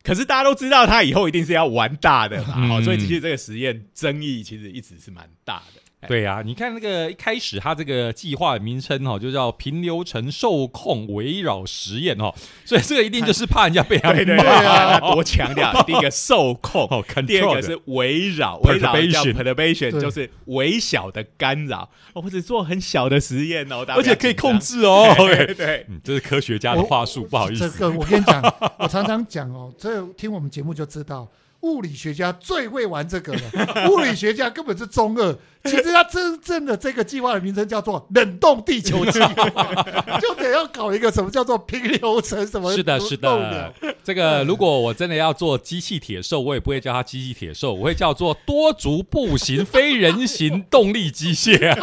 Speaker 1: 可是大家都知道，他以后一定是要玩大的嘛，
Speaker 2: 嗯
Speaker 1: 好，所以其实这个实验争议其实一直是蛮大的。
Speaker 2: 对啊，你看那个一开始他这个计划的名称哦，就叫平流层受控围绕实验哦，所以这个一定就是怕人家被他
Speaker 1: 对对对，
Speaker 2: 骂
Speaker 1: 啊，多强调！第一个受控，
Speaker 2: 哦，control
Speaker 1: [LAUGHS] 第二个是围绕，围绕叫
Speaker 2: Perturbation
Speaker 1: perturbation，
Speaker 3: 对
Speaker 1: 就是微小的干扰。哦，或者做很小的实验哦，大家
Speaker 2: 而且可以控
Speaker 1: 不
Speaker 2: 制哦。
Speaker 1: 要紧张。
Speaker 2: OK
Speaker 1: 对，哦
Speaker 2: [LAUGHS] 嗯，这是科学家的话术，
Speaker 3: 我
Speaker 2: 不好意
Speaker 3: 这
Speaker 2: 思。
Speaker 3: 个我跟你讲，我常常讲哦，这听我们节目就知道，物理学家最会玩这个了。物理学家根本是中二，其实他真正的这个计划的名称叫做冷冻地球计划， [LAUGHS] 就得要搞一个什么叫做平流层什么
Speaker 2: 是的，
Speaker 3: 弄
Speaker 2: 是的，这个如果我真的要做机器铁兽，我也不会叫它机器铁兽，我会叫做多足步行非人形动力机械。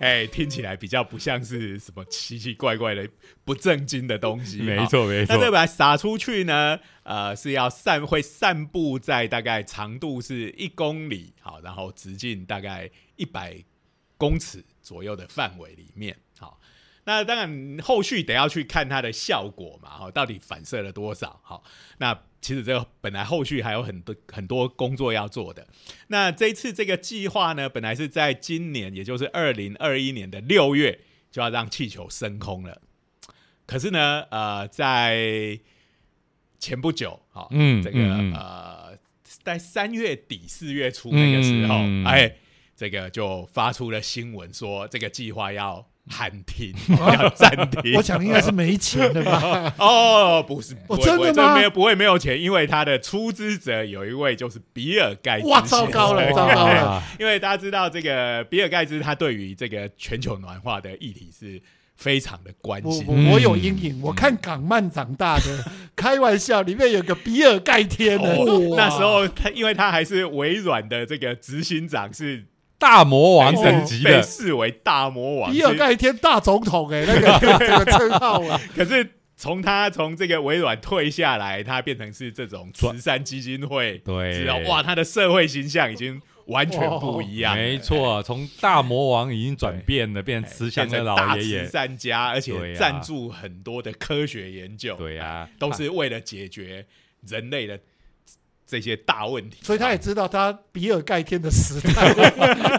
Speaker 1: 哎，听起来比较不像是什么奇奇怪怪的不正经的东西。
Speaker 2: 没
Speaker 1: 哈
Speaker 2: 错，没错
Speaker 1: 那。这把它撒出去呢，呃，是要散会散布在大概长度是一公里，好，然后直径大概一百公尺左右的范围里面，好。那当然，后续得要去看它的效果嘛，哈，到底反射了多少？好，那其实这个本来后续还有很多很多工作要做的。那这一次这个计划呢，本来是在今年，也就是二零二一年的六月就要让气球升空了。可是呢，呃，在前不久，好、
Speaker 2: 嗯
Speaker 1: 这个、
Speaker 2: 嗯嗯
Speaker 1: 呃，在三月底四月初那个时候，
Speaker 2: 嗯
Speaker 1: 哎，这个就发出了新闻说，这个计划要喊
Speaker 2: [LAUGHS]
Speaker 1: 停，要暂停。
Speaker 3: 我想应该是没钱的吧？
Speaker 1: 哦，不是，不
Speaker 3: 哦
Speaker 1: 会
Speaker 3: 真的
Speaker 1: 不会
Speaker 3: 吗
Speaker 1: 这没有不会没有钱，因为他的出资者有一位就是比尔盖茨先
Speaker 3: 哇，
Speaker 1: 生。
Speaker 3: 糟糕了，糟糕了！
Speaker 1: [LAUGHS] 因为大家知道这个比尔盖茨，他对于这个全球暖化的议题是非常的关
Speaker 3: 我
Speaker 1: 心。
Speaker 3: 我我有
Speaker 2: 嗯
Speaker 3: 阴影，我看港漫长大的，开玩笑，里面有个比尔盖天的，
Speaker 1: 哦
Speaker 3: 哇
Speaker 1: 那时候他，因为他还是微软的这个执行长，是
Speaker 2: 大魔王
Speaker 1: 被
Speaker 2: 等级
Speaker 1: 哦被
Speaker 2: 的，
Speaker 1: 视为大魔王。
Speaker 3: 哦比尔盖天大总统哎、那个 [LAUGHS] 这个称号啊，
Speaker 1: 是可是从他从这个微软退下来，他变成是这种慈善基金会，
Speaker 2: 对
Speaker 1: 知道哇，他的社会形象已经完全不一样了。
Speaker 2: 没错，从大魔王已经转变了，变成慈祥的
Speaker 1: 变成
Speaker 2: 老
Speaker 1: 大
Speaker 2: 爷
Speaker 1: 慈
Speaker 2: 爷。
Speaker 1: 善家，而且
Speaker 2: 对啊
Speaker 1: 赞助很多的科学研究，
Speaker 2: 对啊呀、
Speaker 1: 都是为了解决人类的这些大问题。啊
Speaker 3: 所以他也知道他比尔盖天的时代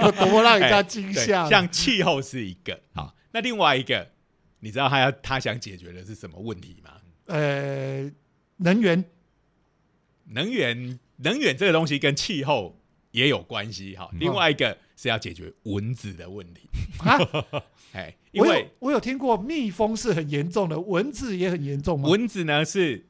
Speaker 3: 有多么让人家惊
Speaker 1: 哎对
Speaker 3: 吓。
Speaker 1: 像气候是一个好，那另外一个，你知道他要他想解决的是什么问题吗？
Speaker 3: 呃，能源
Speaker 1: 能源，能源这个东西跟气候也有关系。好，
Speaker 2: 嗯
Speaker 1: 另外一个是要解决蚊子的问题。
Speaker 3: 啊，
Speaker 1: 哎，因
Speaker 3: 我有
Speaker 1: 为
Speaker 3: 我有听过蜜蜂是很严重的，蚊子也很严重吗？
Speaker 1: 蚊子呢是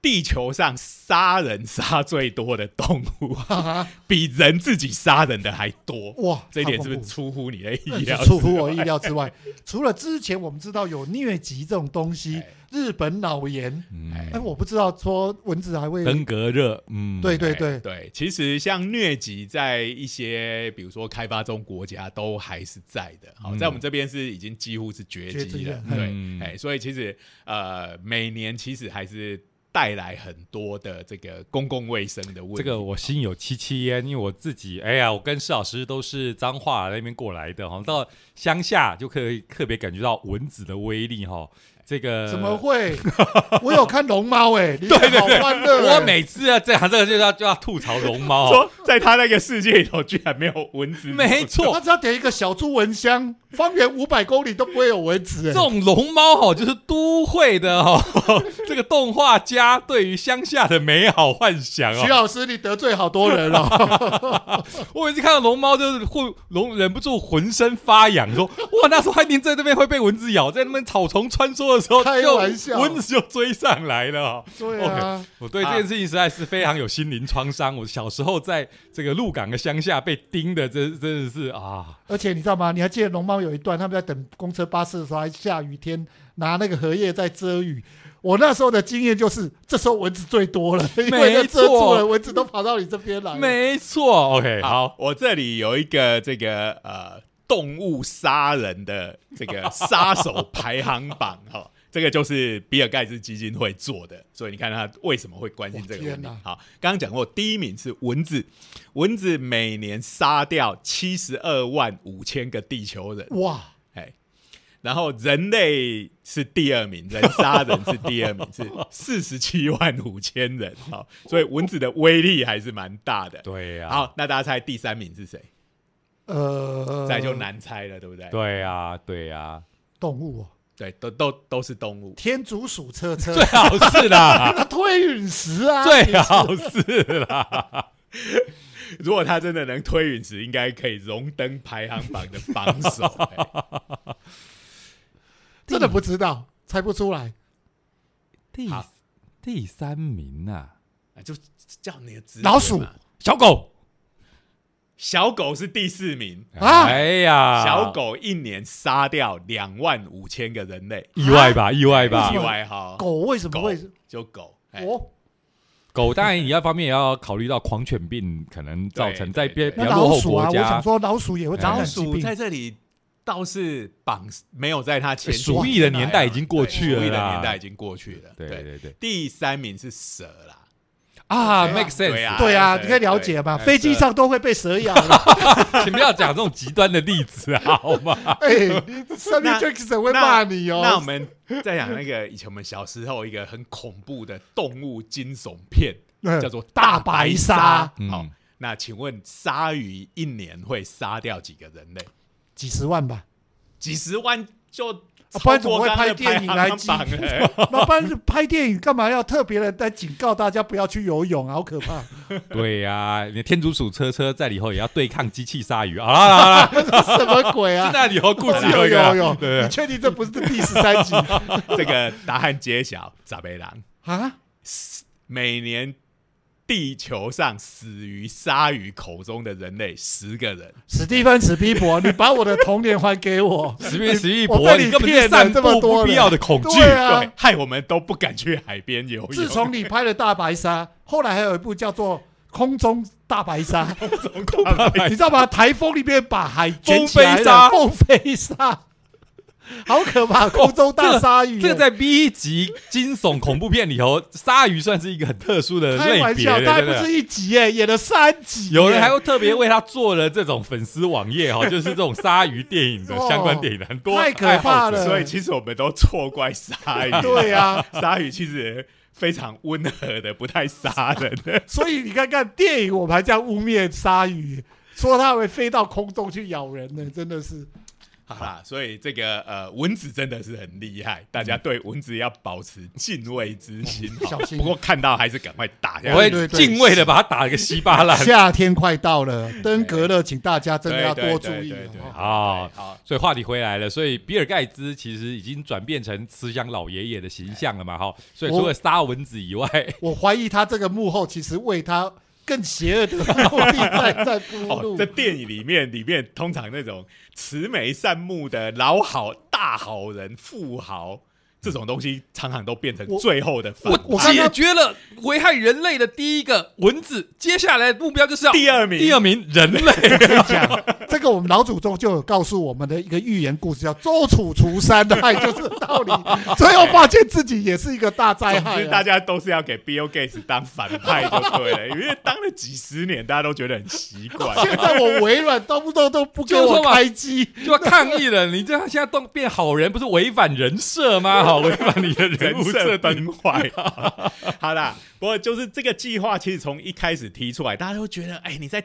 Speaker 1: 地球上杀人杀最多的动物，
Speaker 3: 啊
Speaker 1: 比人自己杀人的还
Speaker 2: 哦
Speaker 1: 多。
Speaker 3: 哇，
Speaker 1: 这一点
Speaker 3: 太
Speaker 1: 是
Speaker 3: 恐
Speaker 1: 不是
Speaker 3: 怖
Speaker 1: 出乎你的意
Speaker 3: 那
Speaker 1: 料？
Speaker 3: 是出乎我意。料之外。除了之前我们知道有疟疾这种东西
Speaker 1: 哎，
Speaker 3: 日本脑炎，
Speaker 2: 嗯
Speaker 3: 哎，我不知道说蚊子还会，
Speaker 2: 登革热，嗯，
Speaker 3: 对对
Speaker 1: 哎
Speaker 3: 对，
Speaker 1: 对，其实像疟疾在一些比如说开发中国家都还是在的，好、
Speaker 2: 嗯
Speaker 1: 在我们这边是已经几乎是绝
Speaker 3: 绝迹
Speaker 1: 迹了
Speaker 3: 了，
Speaker 1: 对，
Speaker 2: 嗯
Speaker 1: 哎，所以其实呃每年其实还是带来很多的这个公共卫生的问题，
Speaker 2: 这个我心有戚戚焉，因为我自己，哎呀，我跟施老师都是彰化那边过来的哈，到乡下就可以特别感觉到蚊子的威力哈。这个
Speaker 1: 呃
Speaker 3: 怎
Speaker 1: [LAUGHS]
Speaker 3: 么会？我有看龙猫哎，对对好欢乐哎，
Speaker 2: 我每次啊，这这个就要就要吐槽龙
Speaker 3: [LAUGHS]
Speaker 2: 猫哦，
Speaker 1: 说在他那个世界里头居然没有蚊子，
Speaker 2: 没错
Speaker 3: 他，只要点一个小猪蚊香，方圆五百公里都不会有蚊子、
Speaker 2: 这
Speaker 3: 哎，
Speaker 2: 种龙猫哦，就是都会的哦， [LAUGHS] 这个动画家对于乡下的美好幻想
Speaker 3: 徐
Speaker 2: 哦。
Speaker 3: 老师，你得罪好多人哦了。
Speaker 2: 我每次看到龙猫，就是会龙忍不住浑身发痒，说：“哇，那时候它一定在这边会被蚊子咬，在那边草丛穿梭的时候，
Speaker 3: 开
Speaker 2: 就
Speaker 3: 玩笑
Speaker 2: 蚊子就追上来了哦、
Speaker 3: 对啊，
Speaker 2: 我对这件事情实在是非常有心灵创伤。我小时候在这个鹿港的乡下被叮的，真真的是啊，
Speaker 3: 而且你知道吗？你还记得龙猫有一段他们在等公车、巴士的时候，还下雨天拿那个荷叶在遮雨。我那时候的经验就是，这时候蚊子最多了，因为它遮
Speaker 2: 没
Speaker 3: 住了，
Speaker 2: 错
Speaker 3: 蚊子都跑到你这边来了。
Speaker 2: 没错。OK，好，
Speaker 1: 好，我这里有一个这个呃动物杀人的这个杀手排行榜哈、哦，这个就是比尔盖茨基金会做的，所以你看他为什么会关心这个
Speaker 3: 哇
Speaker 1: 问题
Speaker 3: 天哪。
Speaker 1: 好，刚刚讲过，第一名是蚊子，蚊子每年杀掉七十二万五千个地球人，
Speaker 3: 哇，
Speaker 1: 哎，然后人类是第二名，人杀人是第二名，是四十七万五千人。好，所以蚊子的威力还是蛮大的。
Speaker 2: 对呀、
Speaker 1: 好，那大家猜第三名是谁？
Speaker 3: 呃，
Speaker 1: 再就难猜了，对不对？
Speaker 2: 对呀、对呀、
Speaker 3: 动物哦，
Speaker 1: 对，都都都是动物。
Speaker 3: 天竺鼠车车，
Speaker 2: 最好是
Speaker 3: [LAUGHS]
Speaker 2: 啦，
Speaker 3: 它推陨石啊，
Speaker 2: 最好是啦，
Speaker 1: 如果他真的能推陨石，应该可以荣登排行榜的榜
Speaker 2: [LAUGHS]
Speaker 1: 首、哎
Speaker 3: 真的不知道，猜不出来。
Speaker 2: 第
Speaker 1: 好
Speaker 2: 第三名啊，
Speaker 1: 啊就叫你的直觉
Speaker 3: 老鼠
Speaker 1: 嘛
Speaker 2: 小狗
Speaker 1: 小狗是第四名，
Speaker 3: 啊
Speaker 2: 哎呀，
Speaker 1: 小狗一年杀掉两万五千个人类，
Speaker 2: 意外吧，意外吧
Speaker 1: 意，外哈。
Speaker 3: 狗为什么
Speaker 1: 哦狗
Speaker 3: 会？
Speaker 1: 就狗，哎
Speaker 3: 哦，
Speaker 2: 狗当然你要方面也要考虑到狂犬病可能造成在
Speaker 1: 对
Speaker 2: 边
Speaker 1: 对
Speaker 2: 比
Speaker 3: 那
Speaker 2: 较落
Speaker 3: 老
Speaker 2: 后
Speaker 3: 鼠啊，
Speaker 2: 国
Speaker 3: 我
Speaker 2: 家
Speaker 3: 想，说老鼠也会传
Speaker 1: 老
Speaker 3: 染疾
Speaker 1: 鼠在
Speaker 3: 病。
Speaker 1: 这里倒是榜没有在它前几
Speaker 2: 鼠疫的年代已经过去了啦
Speaker 1: 对鼠疫的年代已经过去了。
Speaker 2: 对对对
Speaker 1: 第三名是蛇啦，
Speaker 2: 啊
Speaker 3: 对啊
Speaker 2: ，make
Speaker 1: 对
Speaker 2: sense，
Speaker 1: 啊
Speaker 3: 对啊，
Speaker 1: 对
Speaker 3: 你可以了解嘛，
Speaker 1: 对
Speaker 3: 飞机上都会被蛇咬了。
Speaker 2: 请不要讲这种极端的例子啊，好
Speaker 1: [LAUGHS]
Speaker 2: 吗？
Speaker 3: 哎
Speaker 2: [LAUGHS]
Speaker 3: ，Sammy Jackson 会骂你哦。
Speaker 1: 那我们再讲那个以前我们小时候一个很恐怖的动物惊悚片，
Speaker 3: 嗯
Speaker 1: 叫做《
Speaker 3: 大
Speaker 1: 大
Speaker 3: 白
Speaker 1: 白
Speaker 3: 鲨
Speaker 1: 鲨》。好
Speaker 2: 嗯，
Speaker 1: 那请问鲨鱼一年会杀掉几个人类？
Speaker 3: 几十
Speaker 2: [LAUGHS]
Speaker 3: 万吧，
Speaker 1: 几十万就
Speaker 3: 啊不
Speaker 1: 超
Speaker 3: 然怎么
Speaker 1: 过
Speaker 3: 会
Speaker 1: 刚刚
Speaker 3: 拍
Speaker 1: 的
Speaker 3: 电
Speaker 1: 排
Speaker 3: 影来
Speaker 1: 行
Speaker 3: 记
Speaker 1: 榜了。 [LAUGHS]
Speaker 3: 那不然拍电影干嘛要特别的在警告大家不要去游泳啊？好可
Speaker 2: [LAUGHS]
Speaker 3: 怕！
Speaker 2: 对呀、你的天竺鼠车车在里头也要对抗机器鲨鱼。好啦好
Speaker 1: [LAUGHS]
Speaker 2: 啦，好啦
Speaker 3: 什么鬼啊？
Speaker 2: 那里头故事有
Speaker 3: 有
Speaker 2: 一个，
Speaker 3: 有有，
Speaker 2: 对啊
Speaker 3: 你确定这不是第十
Speaker 2: [LAUGHS]
Speaker 3: 三集
Speaker 1: 这个答案揭晓，咋贝狼
Speaker 3: 啊？
Speaker 1: 每年地球上死于鲨鱼口中的人类十个人，
Speaker 3: 史蒂芬·史皮伯，你把我的童年还给
Speaker 2: [LAUGHS]
Speaker 3: 我！
Speaker 2: 十月十一
Speaker 3: 我
Speaker 2: 博，
Speaker 3: 被你
Speaker 2: 你根本
Speaker 3: 骗
Speaker 2: 就
Speaker 3: 了
Speaker 2: 散
Speaker 3: 这么
Speaker 2: 布
Speaker 3: 多
Speaker 2: 不必
Speaker 3: 人
Speaker 2: 要的恐惧。
Speaker 3: 对啊
Speaker 1: 对，，害我们都不敢去海边游泳。
Speaker 3: 自从你拍了《大白鲨》，后来还有一部叫做《空中大白鲨》，
Speaker 2: [LAUGHS]
Speaker 1: 从大白
Speaker 3: 你知道吗？台风里面把海卷
Speaker 2: 风
Speaker 3: 起来
Speaker 2: 飞
Speaker 3: 了，
Speaker 2: 鲨
Speaker 3: 凤飞鲨，好可怕！空中大鲨鱼，哦
Speaker 2: 这个在 B 级惊悚恐怖片里头，鲨鱼算是一个很特殊的
Speaker 3: 开
Speaker 2: 类
Speaker 3: 玩
Speaker 2: 别
Speaker 3: 笑，
Speaker 2: 的，
Speaker 3: 他还
Speaker 2: 真
Speaker 3: 不
Speaker 2: 的
Speaker 3: 是。一集耶，演了三集耶，
Speaker 2: 有人还会特别为他做了这种粉丝网页哈，就是这种鲨鱼电影的
Speaker 3: 哦
Speaker 2: 相关电影，很多
Speaker 3: 太可怕了
Speaker 1: 所以其实我们都错怪鲨鱼。
Speaker 3: [LAUGHS] 对啊，
Speaker 1: 鲨鱼其实非常温和的，不太杀人。
Speaker 3: 所以你看看电影，我们还这样污蔑鲨鱼， [LAUGHS] 说它会飞到空中去咬人呢，真的是
Speaker 1: [LAUGHS] 好啦，所以这个呃蚊子真的是很厉害，大家对蚊子要保持敬畏之心。好
Speaker 3: 小心
Speaker 1: 不过看到还是赶快打下
Speaker 2: 我
Speaker 1: 来。
Speaker 3: 对
Speaker 2: 会
Speaker 3: 对对
Speaker 2: 敬畏的把他打了个稀巴
Speaker 3: [LAUGHS]
Speaker 2: 烂。
Speaker 3: 夏天快到了，登革热，请大家真的
Speaker 1: [LAUGHS]
Speaker 3: 要
Speaker 1: 对对
Speaker 3: 多注
Speaker 1: 对
Speaker 3: 意
Speaker 1: 对对
Speaker 3: 哦。
Speaker 2: 好，
Speaker 1: 好，
Speaker 2: 所以话题回来了，所以比尔盖茨其实已经转变成慈祥老爷爷的形象了嘛，哈。所以除了杀蚊子以外，
Speaker 3: 我怀疑他这个幕后其实为他更邪恶的目的在在铺
Speaker 1: [LAUGHS] 哦
Speaker 3: 路，
Speaker 1: 这。电影里面里面通常那种慈眉善目的老好大好人富豪这种东西，常常都变成
Speaker 3: 我
Speaker 1: 最后的反
Speaker 3: 我我
Speaker 1: 派。
Speaker 3: 刚刚
Speaker 2: 解决了危害人类的第一个蚊子，接下来的目标就是要
Speaker 1: 第二名
Speaker 2: 第二名人类。
Speaker 3: 跟你讲，这个我们老祖宗就有告诉我们的一个寓言故事，叫“周楚除三 [LAUGHS] 害”，就是道
Speaker 1: [LAUGHS]
Speaker 3: 理。最后发现自己也是一个大灾
Speaker 1: 总
Speaker 3: 害
Speaker 1: 之，
Speaker 3: 啊、
Speaker 1: 大家都是要给 Bill Gates 当反派就对了，因为当了几十年，大家都觉得很奇怪。
Speaker 3: [LAUGHS] 现在我微软动不动都不给
Speaker 2: 就
Speaker 3: 我
Speaker 2: 说嘛
Speaker 3: 开机，
Speaker 2: 就要抗议了，你这样现在动变好人，不是违反人设吗？哈，违反你的人
Speaker 1: 人
Speaker 2: 物
Speaker 3: [LAUGHS]
Speaker 1: 设
Speaker 2: 设定。
Speaker 1: 崩坏。好啦，不过就是这个计划，其实从一开始提出来，大家都觉得，哎、你在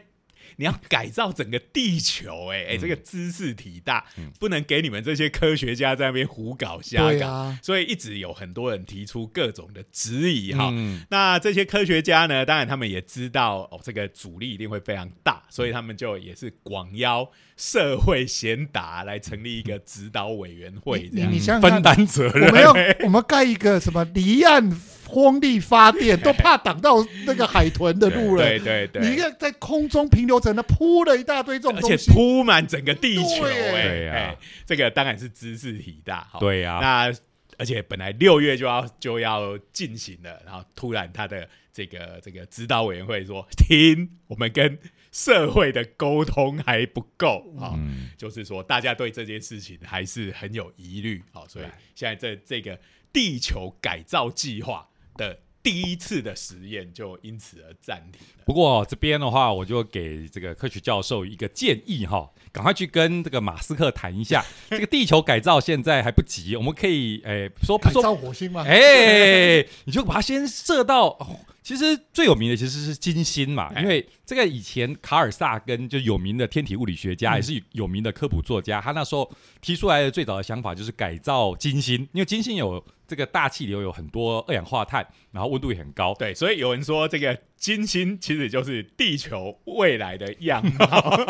Speaker 1: 你要改造整个地球、哎、
Speaker 3: 嗯
Speaker 1: 哎，这个知识体大，不能给你们这些科学家在那边胡搞瞎
Speaker 3: 对
Speaker 1: 搞。
Speaker 3: 啊
Speaker 1: 所以一直有很多人提出各种的质疑哈。
Speaker 2: 嗯
Speaker 1: 那这些科学家呢，当然他们也知道哦，这个阻力一定会非常大，
Speaker 3: 嗯
Speaker 1: 所以他们就也是广邀社会贤达来成立一个指导委员会这
Speaker 3: 你
Speaker 1: 样
Speaker 3: 你。想想
Speaker 2: 分
Speaker 3: 看，
Speaker 2: 担责
Speaker 3: 我
Speaker 2: 任，
Speaker 3: 们要我们盖一个什么离岸风力发电，都怕挡到那个海豚的路了。
Speaker 1: 对对对，
Speaker 3: 你一个在空中平流层，那铺了一大堆这种
Speaker 1: 而
Speaker 3: 东
Speaker 1: 且
Speaker 3: 西，
Speaker 1: 铺满整个地球、
Speaker 3: 对耶
Speaker 1: 哎，
Speaker 2: 对啊
Speaker 1: 哎这个当然是知识体大，好
Speaker 2: 对啊
Speaker 1: 那而且本来六月就要就要进行了，然后突然他的这个这个指导委员会说，停，我们跟社会的沟通还不够啊、
Speaker 2: 嗯
Speaker 1: 就是说大家对这件事情还是很有疑虑，好、所以现在这这个地球改造计划的第一次的实验就因此而暂停了。
Speaker 2: 不过、这边的话，我就给这个科学教授一个建议哈、赶快去跟这个马斯克谈一
Speaker 3: [LAUGHS]
Speaker 2: 下，这个地球改造现在还不急，我们可以诶说不
Speaker 3: 改
Speaker 2: 说
Speaker 3: 造火星吗？
Speaker 2: 哎，你就把它先射到。哦其实最有名的其实是金星嘛，
Speaker 1: 哎
Speaker 2: 因为这个以前卡尔萨根就有名的天体物理学
Speaker 3: 嗯
Speaker 2: 家，也是有名的科普作家，他那时候提出来的最早的想法就是改造金星，因为金星有这个大气流有很多二氧化碳，然后温度也很高。
Speaker 1: 对，所以有人说这个金星其实就是地球未来的样貌，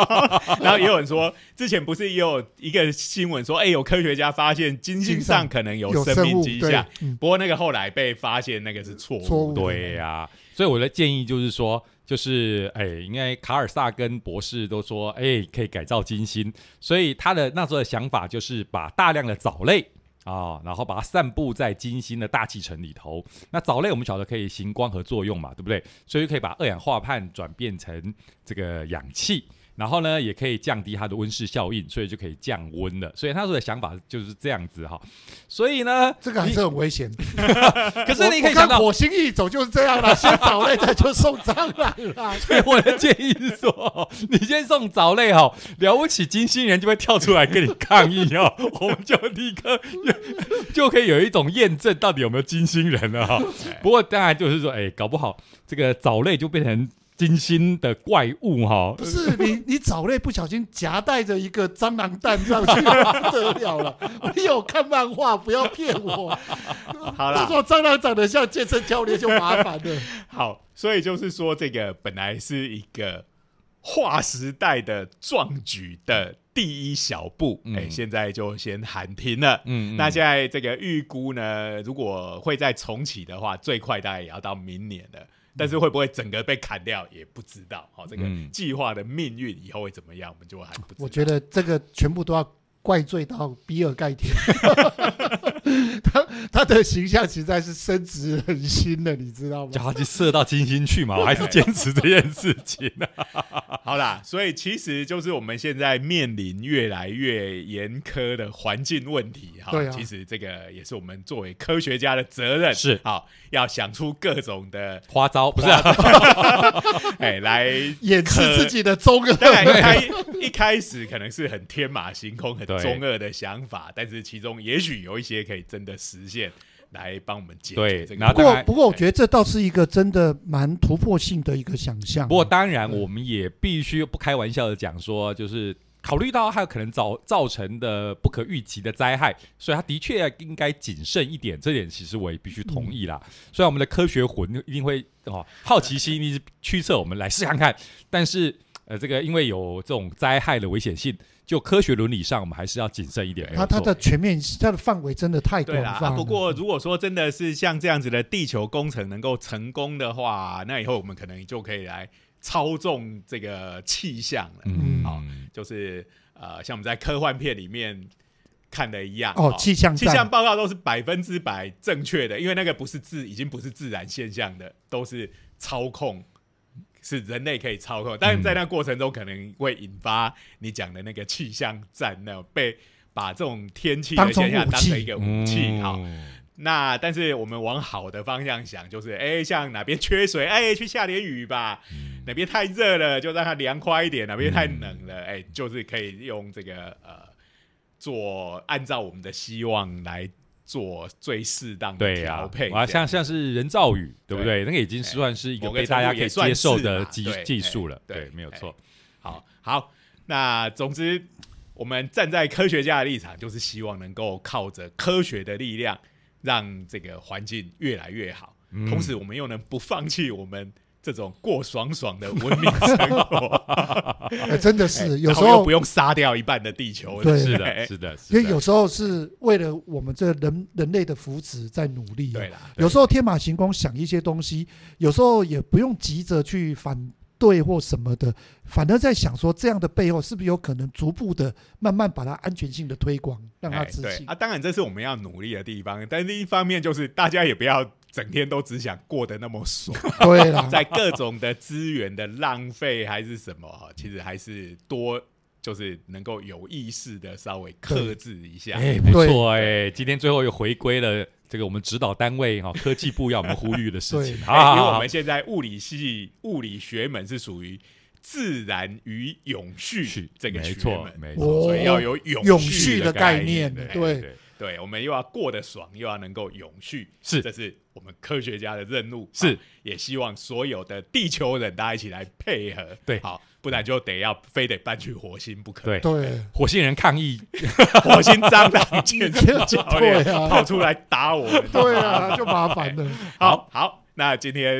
Speaker 1: [LAUGHS] 然后也有人说，之前不是也有一个新闻说，哎、有科学家发现金星上可能有
Speaker 3: 有
Speaker 1: 生
Speaker 3: 生
Speaker 1: 命
Speaker 3: 物
Speaker 1: 迹
Speaker 3: 对
Speaker 1: 象，
Speaker 3: 嗯
Speaker 1: 不过那个后来被发现那个是错误的，
Speaker 3: 错误
Speaker 2: 对呀、所以我的建议就是说，就是哎，应该卡尔萨根博士都说，哎，可以改造金星，所以他的那时候的想法就是把大量的藻类啊、然后把它散布在金星的大气层里头。那藻类我们晓得可以行光合作用嘛，对不对？所以可以把二氧化碳转变成这个氧气。然后呢，也可以降低它的温室效应，所以就可以降温了。所以他说的想法就是这样子哈。所以呢，
Speaker 3: 这个还
Speaker 2: 你
Speaker 3: 是很危险。
Speaker 2: 可是你可以想
Speaker 3: 我看
Speaker 2: 到，
Speaker 3: 火星一走就是这样了，先找那再就送蟑螂啦。
Speaker 2: [LAUGHS] 对，我的建议是说，你先送藻类哦，了不起金星人就会跳出来跟你抗议 [LAUGHS] 哦，我们就立刻就可以有一种验证到底有没有金星人了哈、 [LAUGHS] 不过当然就是说，哎，搞不好这个藻类就变成金星的怪物哈、
Speaker 3: 不是你，你藻类不小心夹带着一个蟑螂蛋上去，不得了 [LAUGHS] 了！你有看漫画，不要骗我。
Speaker 1: 好
Speaker 3: 他
Speaker 1: 啦，
Speaker 3: 说蟑螂长得像健身教练就麻烦
Speaker 1: [LAUGHS]
Speaker 3: 了。
Speaker 1: 好，所以就是说，这个本来是一个划时代的壮举的第一小步，哎、
Speaker 2: 嗯
Speaker 1: 现在就先喊停了。
Speaker 2: 嗯
Speaker 1: 那现在这个预估呢，如果会再重启的话，最快大概也要到明年了。但是会不会整个被砍掉也不知道，哦好、这个
Speaker 2: 嗯
Speaker 1: 计划的命运以后会怎么样，我们就还不知道。
Speaker 3: 我觉得这个全部都要怪罪到比尔盖茨， [LAUGHS] 他他的形象实在是深植人心了，你知道吗
Speaker 2: 叫？他去射到金星去嘛，我还是坚持这件事情啊。
Speaker 1: 好啦，所以其实就是我们现在面临越来越严苛的环境问题哈。
Speaker 3: 对啊
Speaker 1: 其实这个也是我们作为科学家的责任，
Speaker 2: 是
Speaker 1: 好要想出各种的
Speaker 2: [LAUGHS] 花招不是、啊，
Speaker 1: 哎来
Speaker 3: 掩饰自己的中二。
Speaker 1: [LAUGHS] 当然一开一开始可能是很天马行空、很
Speaker 2: 对
Speaker 1: 中二的想法，但是其中也许有一些可以真的实现，来帮我们解决
Speaker 2: 对
Speaker 1: 这
Speaker 2: 然
Speaker 1: 个
Speaker 2: 后
Speaker 3: 不
Speaker 1: 问题。
Speaker 2: 当然
Speaker 3: 过不过，我觉得这倒是一个真的蛮突破性的一个想象。啊
Speaker 2: 不过当然，我们也必须不开玩笑的讲说，就是考虑到它有可能造造成的不可预期的灾害，所以它的确应该谨慎一点。这点其实我也必须同意
Speaker 1: 嗯
Speaker 2: 啦。虽然我们的科学魂一定会哦，好奇心一定是驱策我们来试看看，但是呃，这个因为有这种灾害的危险性，就科学伦理上我们还是要谨慎一点。没有
Speaker 3: 他他
Speaker 2: 错
Speaker 3: 的全面，他的范围真的太广
Speaker 1: 对啦，
Speaker 3: 泛
Speaker 1: 啊
Speaker 3: 了。
Speaker 1: 不过如果说真的是像这样子的地球工程能够成功的话，那以后我们可能就可以来操纵这个气象了，
Speaker 2: 嗯，
Speaker 1: 好就是呃，像我们在科幻片里面看的一样
Speaker 3: 哦，气象
Speaker 1: 气
Speaker 3: 站
Speaker 1: 象报告都是百分之百正确的，因为那个不是自，已经不是自然现象的，都是操控，是人类可以操控。但是在那过程中，可能会引发你讲的那个气象战那种被把这种天气的
Speaker 3: 当成
Speaker 1: 现象
Speaker 3: 武
Speaker 1: 当
Speaker 3: 器
Speaker 1: 成一个武器。好，
Speaker 2: 嗯
Speaker 1: 那但是我们往好的方向想，就是哎、像哪边缺水，哎、去下点雨吧；
Speaker 2: 嗯
Speaker 1: 哪边太热了，就让它凉快一点；哪边太冷
Speaker 2: 嗯
Speaker 1: 了，哎、就是可以用这个呃，做按照我们的希望来做最适当的
Speaker 2: 对
Speaker 1: 调
Speaker 2: 呀、
Speaker 1: 配。
Speaker 2: 啊，像
Speaker 1: 这样
Speaker 2: 像是人造雨，对不对？
Speaker 1: 对哎
Speaker 2: 那个已经算是一个
Speaker 1: 某个
Speaker 2: 被大家可以接受的技
Speaker 1: 程度也算是啦对
Speaker 2: 技术了，
Speaker 1: 哎
Speaker 2: 对，
Speaker 1: 对
Speaker 2: 没有错。
Speaker 1: 好好，那总之，我们站在科学家的立场，就是希望能够靠着科学的力量，让这个环境越来越好。
Speaker 2: 嗯
Speaker 1: 同时我们又能不放弃我们这种过爽爽的文明生活，
Speaker 3: 哎真的
Speaker 1: 哎
Speaker 3: [LAUGHS] 是有
Speaker 1: 然
Speaker 3: 时
Speaker 1: 后又
Speaker 3: 候
Speaker 1: 不，用杀掉一半的地球，
Speaker 3: 对
Speaker 2: 是
Speaker 1: 是
Speaker 2: 的，是的，是
Speaker 3: 因
Speaker 2: 的
Speaker 3: 为有时候是为了我们这人人类的福祉在努力啊、
Speaker 1: 对啦，
Speaker 3: 有时候天马行空想一些东西，有时候也不用急着去反对或什么的，反而在想说这样的背后是不是有可能逐步的慢慢把它安全性的推广，让它
Speaker 1: 哎
Speaker 3: 执
Speaker 1: 对
Speaker 3: 行。
Speaker 1: 啊，当然这是我们要努力的地方，但另一方面就是大家也不要整天都只想过得那么爽，
Speaker 3: [LAUGHS] 对
Speaker 1: [LAUGHS]
Speaker 3: 啦，
Speaker 1: 在各种的资源的浪费还是什么，其实还是多就是能够有意识的稍微克制一下。
Speaker 2: 哎，不
Speaker 3: 对
Speaker 2: 错哎，今天最后又回归了这个我们指导单位哈、科技部要我们呼吁的事情
Speaker 3: 对
Speaker 2: 啊，
Speaker 1: 哎因为我们现在物理系物理学门是属于自然与永续
Speaker 2: 是
Speaker 1: 这个
Speaker 2: 没
Speaker 1: 学
Speaker 2: 错
Speaker 1: 门，
Speaker 2: 没
Speaker 3: 哦
Speaker 2: 错，
Speaker 1: 所以要有
Speaker 3: 永
Speaker 1: 续
Speaker 3: 续
Speaker 1: 的
Speaker 3: 的
Speaker 1: 概
Speaker 3: 概念
Speaker 1: 对
Speaker 3: 对
Speaker 2: 对，
Speaker 1: 对，我们又要过得爽，又要能够永续，
Speaker 2: 是
Speaker 1: 这是我们科学家的任务。
Speaker 2: 是
Speaker 1: 啊也希望所有的地球人大家一起来配合。
Speaker 2: 对
Speaker 1: 好，不然就得要非得搬去火星不可。
Speaker 2: 对
Speaker 3: 对，
Speaker 2: 火星人抗议，
Speaker 1: 火星蟑螂健身教
Speaker 3: [LAUGHS]
Speaker 1: 练
Speaker 3: 对啊
Speaker 1: 跑出来打我们。
Speaker 3: 对啊，就麻烦 [LAUGHS] 了。
Speaker 1: 好好，那今天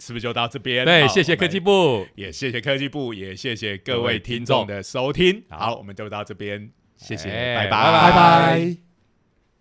Speaker 1: 是不是就到这边？
Speaker 2: 对，
Speaker 1: 好
Speaker 2: 谢谢科技，部，
Speaker 1: 我们也谢谢科技部，也谢谢各
Speaker 2: 各
Speaker 1: 位
Speaker 2: 位
Speaker 1: 听
Speaker 2: 听
Speaker 1: 众
Speaker 2: 众
Speaker 1: 的收听。
Speaker 2: 好
Speaker 1: 好，我们就到这边，谢谢，
Speaker 2: 哎
Speaker 1: 拜
Speaker 2: 拜
Speaker 3: 拜拜。